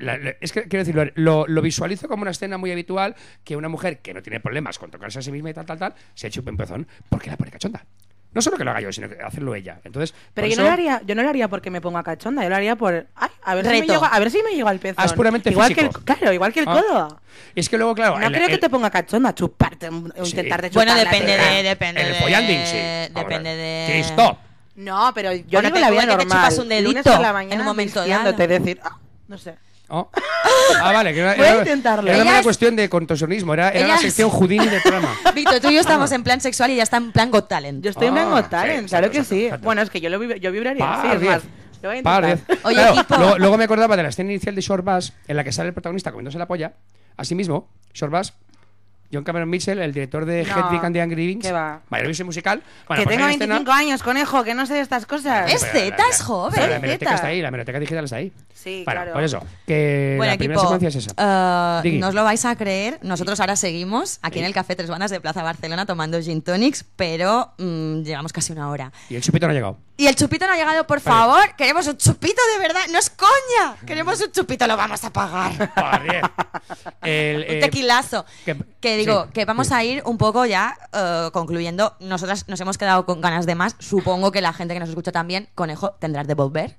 C: la- la- es que quiero decirlo, lo, lo visualizo como una escena muy habitual que una mujer que no tiene problemas con tocarse a sí misma y tal, tal, tal, se chupe un pezón porque la pone cachonda. No solo que lo haga yo, sino que hacerlo ella. Entonces,
B: Pero
C: por
B: yo no,
C: eso-
B: lo haría, yo no lo haría porque me ponga cachonda, yo lo haría por... Ay, a ver, si me,
A: Reto.
B: llego, a ver si me llego al pezón.
C: Ah, es puramente
B: igual
C: físico.
B: Que el, claro, igual que el
C: Ah.
B: codo.
C: Es que luego, claro.
B: No
C: el-
B: creo que
C: el-
B: te ponga cachonda chuparte, un- o
C: Sí.
B: intentarte chupar
A: Bueno,
B: la
A: depende
B: teta.
A: de. Depende
C: el
A: de-
C: follanding, sí. Vamos a
A: Depende de.
C: ver. Cristo.
B: No, pero yo
A: Bueno,
B: digo
A: te
B: la vida
A: igual que te
B: normal.
A: chupas un
B: Lunes
A: dedito
B: por la mañana
A: en un momento
B: vistiéndote,
A: dado.
B: decir, ah, no sé.
C: Oh. Ah, vale. Que era,
B: Voy a
C: era-
B: intentarlo.
C: Era
A: Ella
C: una
A: es-
C: cuestión de contorsionismo. Era, era la
A: Ella es-
C: sección Houdini del programa.
A: Víctor, tú y yo estamos en plan sexual y ya está en plan Got Talent.
B: Yo estoy en
C: Ah,
B: Blanco
C: sí,
B: Talent,
C: exacto,
B: claro que
C: exacto,
B: sí.
C: exacto.
B: Bueno, es que yo, lo vibra- yo vibraría, sí,
C: Par
B: es más.
C: diez.
B: Lo voy a
C: Par
B: intentar.
C: diez.
A: Oye,
C: Claro,
A: equipo.
C: Luego, luego me acordaba de la escena inicial de Short Bus, en la que sale el protagonista comiéndose la polla. Asimismo, Short Bus, John Cameron Mitchell, el director de
B: No,
C: Hedwig and the Angry Inch,
B: qué va.
C: maravilloso musical. Bueno,
B: que
C: pues
B: tengo
C: hay una escena-
B: 25 años, conejo, que no sé de estas cosas.
A: Es
C: Pero
A: Zeta,
C: la-
A: es
C: la-
A: joven.
C: pero La
B: Zeta.
C: biblioteca está ahí, la biblioteca digital está ahí.
B: Sí,
C: Bueno,
B: claro.
C: Por eso, que
A: Bueno,
C: la primera
A: equipo,
C: secuencia es esa.
A: eh,
C: Digui.
A: no os lo vais a creer. Nosotros ahora seguimos aquí en
C: Sí.
A: el Café Tres Bandas de Plaza Barcelona tomando gin tonics, pero mm, llevamos casi una hora.
C: Y el chupito no ha llegado.
A: Y el chupito no ha llegado, por
C: Vale.
A: favor. Queremos un chupito de verdad. No es coña. Queremos un chupito, lo vamos a pagar.
C: Par diez. El, eh,
A: un tequilazo.
C: que-
A: Que, digo,
C: sí,
A: que vamos
C: sí.
A: a ir un poco ya eh, concluyendo. Nosotras nos hemos quedado con ganas de más. Supongo que la gente que nos escucha también, conejo, tendrás de volver.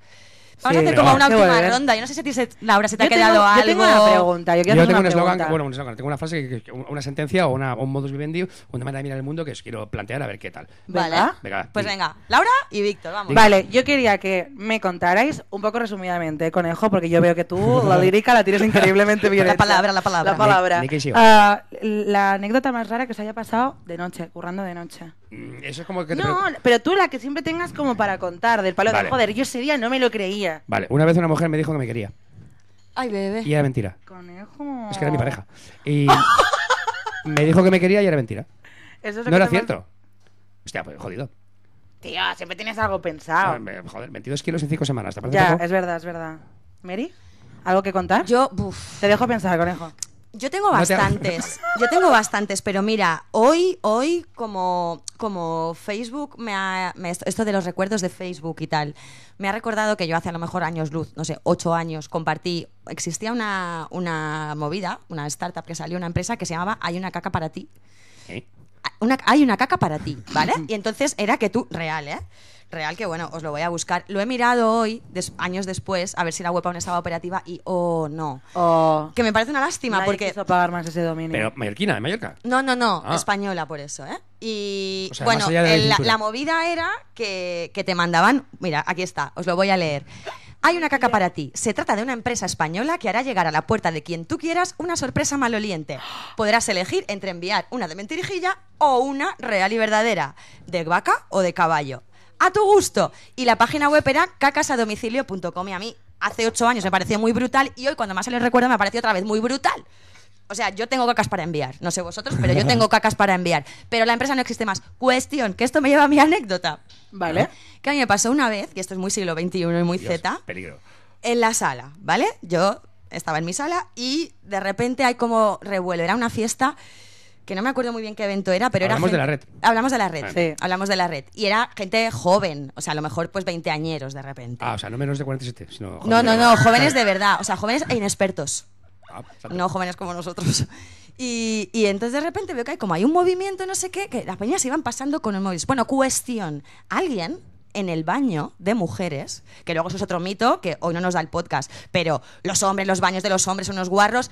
A: Vamos a
B: Sí.
A: hacer como
C: No,
A: una
B: de
A: última
B: volver.
A: ronda. Yo no sé si a ti, se- Laura, se te
B: Yo
A: ha quedado
B: tengo,
A: algo.
B: Yo tengo una pregunta, yo quiero
C: Yo
B: hacer
C: tengo un
B: una
C: eslogan,
B: pregunta.
C: bueno, un eslogan, tengo una frase, que- que- una sentencia o una, un modus vivendi, una manera de mirar el mundo que os quiero plantear a ver qué tal.
A: Vale.
B: Venga.
C: Venga,
A: pues
C: di.
A: venga, Laura y Víctor, vamos.
B: Vale, yo quería que me contarais un poco resumidamente, conejo, porque yo veo que tú la lírica la tienes increíblemente bien.
A: La
B: hecha.
A: palabra, la palabra.
B: La palabra.
C: Ni- ni que siga.
B: Ah, la anécdota más rara que os haya pasado de noche, currando de noche.
C: Mm, Eso es como que te
B: No,
C: pregun-
B: pero tú la que siempre tengas como para contar, del palo
C: Vale.
B: de joder, yo ese día no me lo creía.
C: Vale, una vez una mujer me dijo que me quería.
A: Ay, bebé.
C: Y era mentira.
B: Conejo.
C: Es que era mi pareja. Y me dijo que me quería y era mentira.
B: Eso es lo
C: No
B: que
C: era
B: te
C: cierto. Hostia, pues jodido.
B: pasa- Tío, siempre tienes algo pensado.
C: Ah, Me- Joder, 22 kilos en 5 semanas. ¿Te parece
B: Ah. ya,
C: poco?
B: es verdad, es verdad. ¿Mary? ¿Algo que contar?
A: Yo, buf,
B: Te dejo pensar, conejo.
A: yo tengo
C: No te-
A: bastantes. Yo tengo bastantes, pero mira, hoy, hoy, como, como Facebook me ha. me- esto de los recuerdos de Facebook y tal, me ha recordado que yo hace a lo mejor años luz, no sé, ocho años, compartí. Existía una, una movida, una startup que salió, una empresa que se llamaba Hay una caca para ti.
C: ¿Eh?
A: una- hay una caca para ti, ¿vale? Y entonces era que tú, real, ¿eh? Real que bueno, os lo voy a buscar. Lo he mirado hoy, des- años después, a ver si la web aún estaba operativa y oh no.
B: O...
A: Que me parece una lástima
B: Nadie
A: porque.
B: quiso pagar más ese dominio.
C: Pero Mallorquina, de Mallorca.
A: No, no, no,
C: Ah.
A: española por eso, ¿eh? Y
C: O sea,
A: bueno,
C: más allá de la
A: el- la,
C: cintura.
A: la movida era que, que te mandaban, mira, aquí está, os lo voy a leer. Hay una caca para ti. Se trata de una empresa española que hará llegar a la puerta de quien tú quieras una sorpresa maloliente. Podrás elegir entre enviar una de mentirijilla o una real y verdadera, de vaca o de caballo. A tu gusto. Y la página web era cacasadomicilio.com y a mí hace ocho años me pareció muy brutal y hoy cuando más se les recuerda me ha parecido otra vez muy brutal. O sea, yo tengo cacas para enviar. No sé vosotros, pero yo tengo cacas para enviar. Pero la empresa no existe más. Cuestión, que esto me lleva a mi anécdota.
B: ¿Vale?
A: Que a mí me pasó una vez, y esto es muy siglo XXI y muy
C: Dios,
A: Z,
C: Peligro.
A: en la sala, ¿vale? Yo estaba en mi sala y de repente hay como revuelo. Era una fiesta que no me acuerdo muy bien qué evento era, pero
C: Hablamos de
A: era...
C: la red.
A: Hablamos de la red.
B: Sí.
A: Hablamos de la red. Y era gente joven, o sea, a lo mejor pues veinteañeros de repente.
C: Ah, o sea, no menos de 47, sino.
A: no,
C: joder,
A: no,
C: de
A: no,
C: verdad.
A: jóvenes de verdad, o sea, jóvenes e inexpertos.
C: Ah, santo.
A: No jóvenes como nosotros. Y, y entonces de repente veo que hay como hay un movimiento, no sé qué, que las peñas se iban pasando con el móvil. Bueno, cuestión. Alguien en el baño de mujeres, que luego eso es otro mito, que hoy no nos da el podcast, pero los hombres, los baños de los hombres, unos guarros.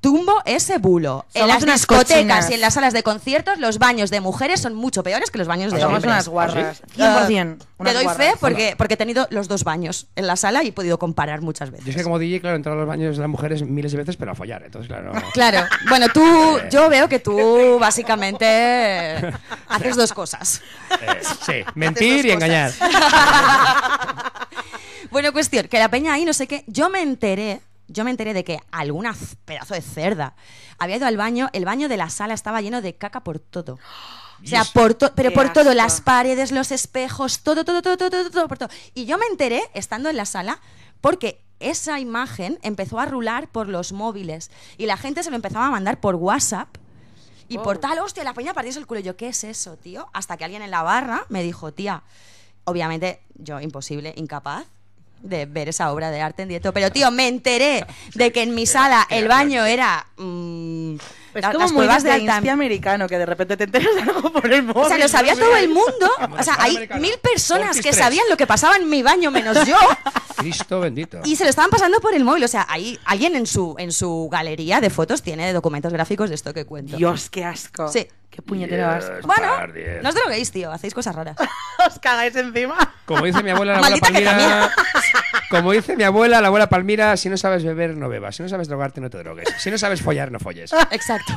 A: Tumbo ese bulo. en
B: Somos
A: las
B: unas
A: discotecas
B: cochinas.
A: y en las salas de conciertos, los baños de mujeres son mucho peores que los baños de
C: Somos
A: hombres.
B: unas guarras. 100%.
A: Ah, te
B: unas
A: doy fe
B: guarras.
A: porque, porque he tenido los dos baños en la sala y he podido comparar muchas veces.
C: Yo es que como DJ, claro, he entrado a los baños de las mujeres miles de veces, pero a follar. Entonces, claro. no-
A: Claro, bueno, tú, yo veo que tú básicamente eh, haces dos cosas.
C: Eh, sí, mentir y
A: Haces dos
C: engañar.
A: Bueno, cuestión, que la peña ahí, no sé qué, yo me enteré, yo me enteré de que alguna z- pedazo de cerda había ido al baño, el baño de la sala estaba lleno de caca por todo. O sea,
C: Dios.
A: por to- pero
B: Qué
A: por todo,
B: asco.
A: las paredes, los espejos, todo, todo, todo, todo, todo, todo, por todo. Y yo me enteré estando en la sala porque esa imagen empezó a rular por los móviles y la gente se lo empezaba a mandar por WhatsApp y
B: Oh.
A: por tal, hostia, la peña partió el culo. Y yo, ¿qué es eso, tío? Hasta que alguien en la barra me dijo, tía, obviamente yo imposible, incapaz de ver esa obra de arte en directo, pero tío, me enteré de que en mi sala el baño era... mm,
B: Es
A: la-
B: como
A: las
B: muy
A: cuevas
B: de
A: de Altam-
B: Instia americano que de repente te enteras de algo por el móvil.
A: o sea, lo sabía todo el mundo. O sea, hay
C: Americano.
A: mil personas
C: Ortiz
A: que
C: tres.
A: sabían lo que pasaba en mi baño menos yo
C: Cristo bendito.
A: y se lo estaban pasando por el móvil. O sea, ahí alguien en su, en su galería de fotos tiene documentos gráficos de esto que cuento.
B: Dios, qué asco.
A: Sí.
B: Qué puñetero
C: Dios.
B: asco.
A: Bueno,
C: Pardiez.
A: no os droguéis, tío, hacéis cosas raras.
B: Os cagáis encima.
C: Como dice mi abuela, la abuela
A: Maldita que
C: Palmira. Como dice mi abuela, la abuela Palmira, si no sabes beber, no bebas. Si no sabes drogarte, no te drogues. Si no sabes follar, no folles.
A: Exacto.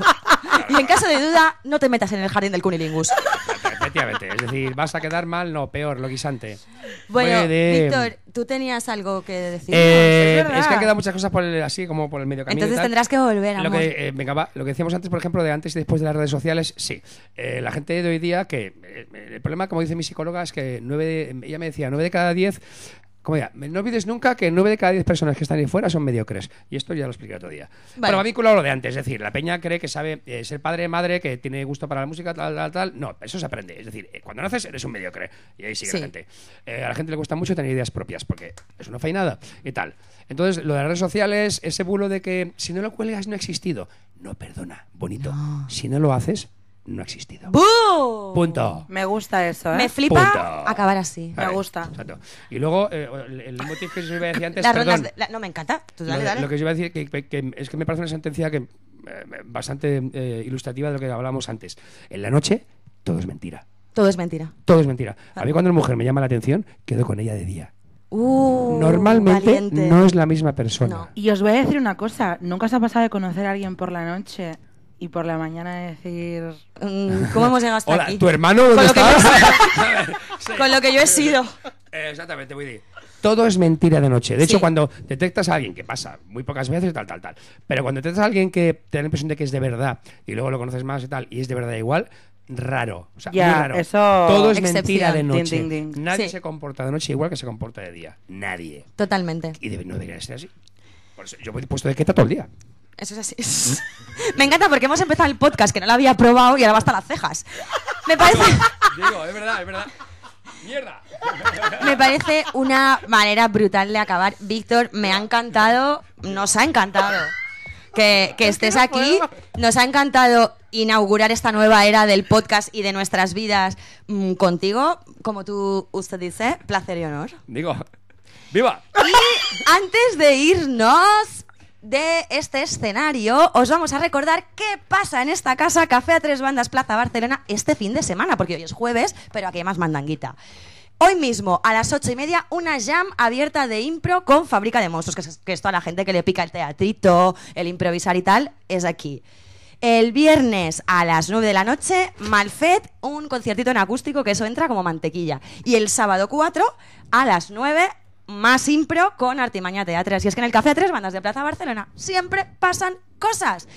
A: Y en caso de duda, no te metas en el jardín del cunilingus.
C: Efectivamente. Es decir, vas a quedar mal, no, peor, lo guisante.
A: Bueno,
C: Puede.
A: Víctor, tú tenías algo que decir.
C: Eh,
B: Es
C: es,
B: verdad.
C: que han quedado muchas cosas por el- así como por el medio camino. y
A: Entonces
C: tal.
A: tendrás que volver,
C: Lo
A: amor.
C: que, eh, venga, va, lo que decíamos antes, por ejemplo, de antes y después de las redes sociales, sí. Eh, la gente de hoy día, que eh, el problema, como dice mi psicóloga, es que nueve de- ella me decía, nueve de cada diez, como ya, no olvides nunca que nueve de cada diez personas que están ahí fuera son mediocres. Y esto ya lo expliqué otro día.
A: Vale.
C: Pero va vinculado a lo de antes, es decir, la peña cree que sabe eh, ser padre, madre, que tiene gusto para la música, tal, tal, tal. No, eso se aprende. Es decir, eh, cuando naces eres un mediocre. Y ahí sigue
A: Sí.
C: la gente. Eh, a la gente le cuesta mucho tener ideas propias porque es una feinada y tal. Entonces, lo de las redes sociales, ese bulo de que si no lo cuelgas no ha existido. No, perdona, bonito. Si no lo haces, no ha existido.
A: ¡Bú!
C: Punto.
B: Me gusta eso, ¿eh?
A: Me flipa
C: Punto.
A: acabar así.
B: Me
C: Vale,
B: gusta.
C: exacto. Y luego, eh, el, el motivo que yo iba a decir antes,
A: Las
C: perdón,
A: rondas de- la- no, me encanta. Tú dale,
C: lo, de-
A: dale.
C: lo que yo iba a decir que, que- que es que me parece una sentencia que eh, bastante eh, ilustrativa de lo que hablábamos antes. En la noche, todo es mentira.
A: Todo es mentira.
C: Todo es mentira. A mí cuando una mujer me llama la atención, quedo con ella de día.
A: Uh,
C: Normalmente
A: valiente.
C: no es la misma persona.
A: No.
B: Y os voy a decir una cosa. ¿Nunca os ha pasado de conocer a alguien por la noche y por la mañana decir...
A: Mm, ¿Cómo hemos llegado hasta
C: Hola,
A: aquí?
C: ¿tu hermano dónde
A: Con lo que
C: está?
A: yo-
C: A ver, sí.
A: Con lo que yo he sido.
C: Eh, exactamente, Woody. Todo es mentira de noche. De
A: Sí.
C: hecho, cuando detectas a alguien, que pasa muy pocas veces, tal, tal, tal. Pero cuando detectas a alguien que te da la impresión de que es de verdad y luego lo conoces más y tal, y es de verdad igual, raro. O sea,
B: Ya,
C: muy raro.
B: eso-
C: Todo es
A: Excepción.
C: mentira de noche.
B: Ding, ding, ding.
C: Nadie
A: Sí.
C: se comporta de noche igual que se comporta de día. Nadie.
A: Totalmente.
C: Y debe- no debería ser así. Por eso yo voy puesto de queta todo el día.
A: Eso es así. me encanta porque hemos empezado el podcast que no lo había probado y ahora va hasta las cejas. Me parece.
C: Digo, es verdad, es verdad. ¡Mierda!
A: Me parece una manera brutal de acabar. Víctor, me ha encantado, nos ha encantado que, que estés aquí. Nos ha encantado inaugurar esta nueva era del podcast y de nuestras vidas mm, contigo. Como tú, usted dice, placer y honor.
C: Digo, ¡viva!
A: Antes de irnos de este escenario, os vamos a recordar qué pasa en esta casa Café a Tres Bandas Plaza Barcelona este fin de semana, porque hoy es jueves, pero aquí hay más mandanguita. Hoy mismo, a las ocho y media, una jam abierta de impro con Fábrica de Monstruos, que, es, que esto a la gente que le pica el teatrito, el improvisar y tal, es aquí. El viernes a las 9 de la noche, Malfet, un conciertito en acústico que eso entra como mantequilla. Y el sábado 4 a las 9, más impro con Artimaña Teatro. Así es que en el Café a Tres Bandas de Plaza Barcelona siempre pasan cosas.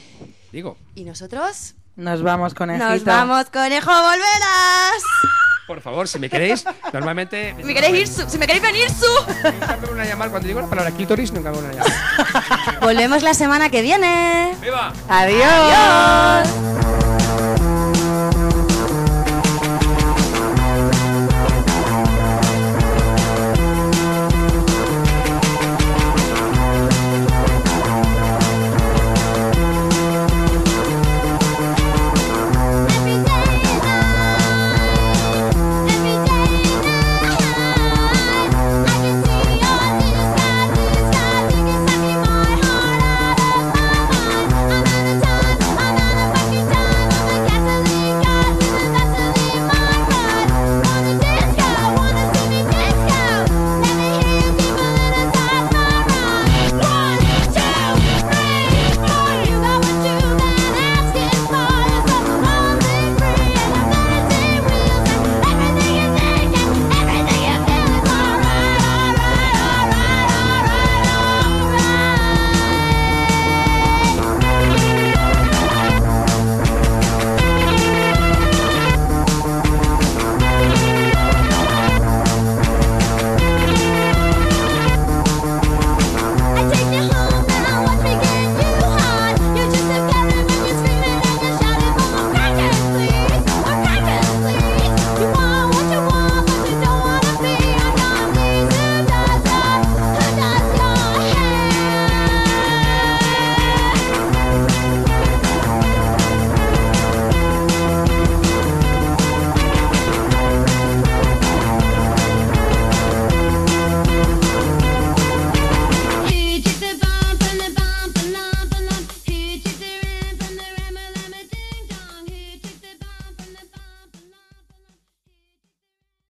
C: Digo,
A: Y nosotros
B: Nos vamos con
A: nos vamos, conejo, volverás.
C: por favor, si me queréis, normalmente.
A: Si me queréis ir, su- si me queréis venir, su.
C: Nunca me van a llamar cuando digo la palabra clítoris, nunca me van a llamar.
A: Volvemos la semana que viene.
C: ¡Viva!
B: Adiós.
A: Adiós.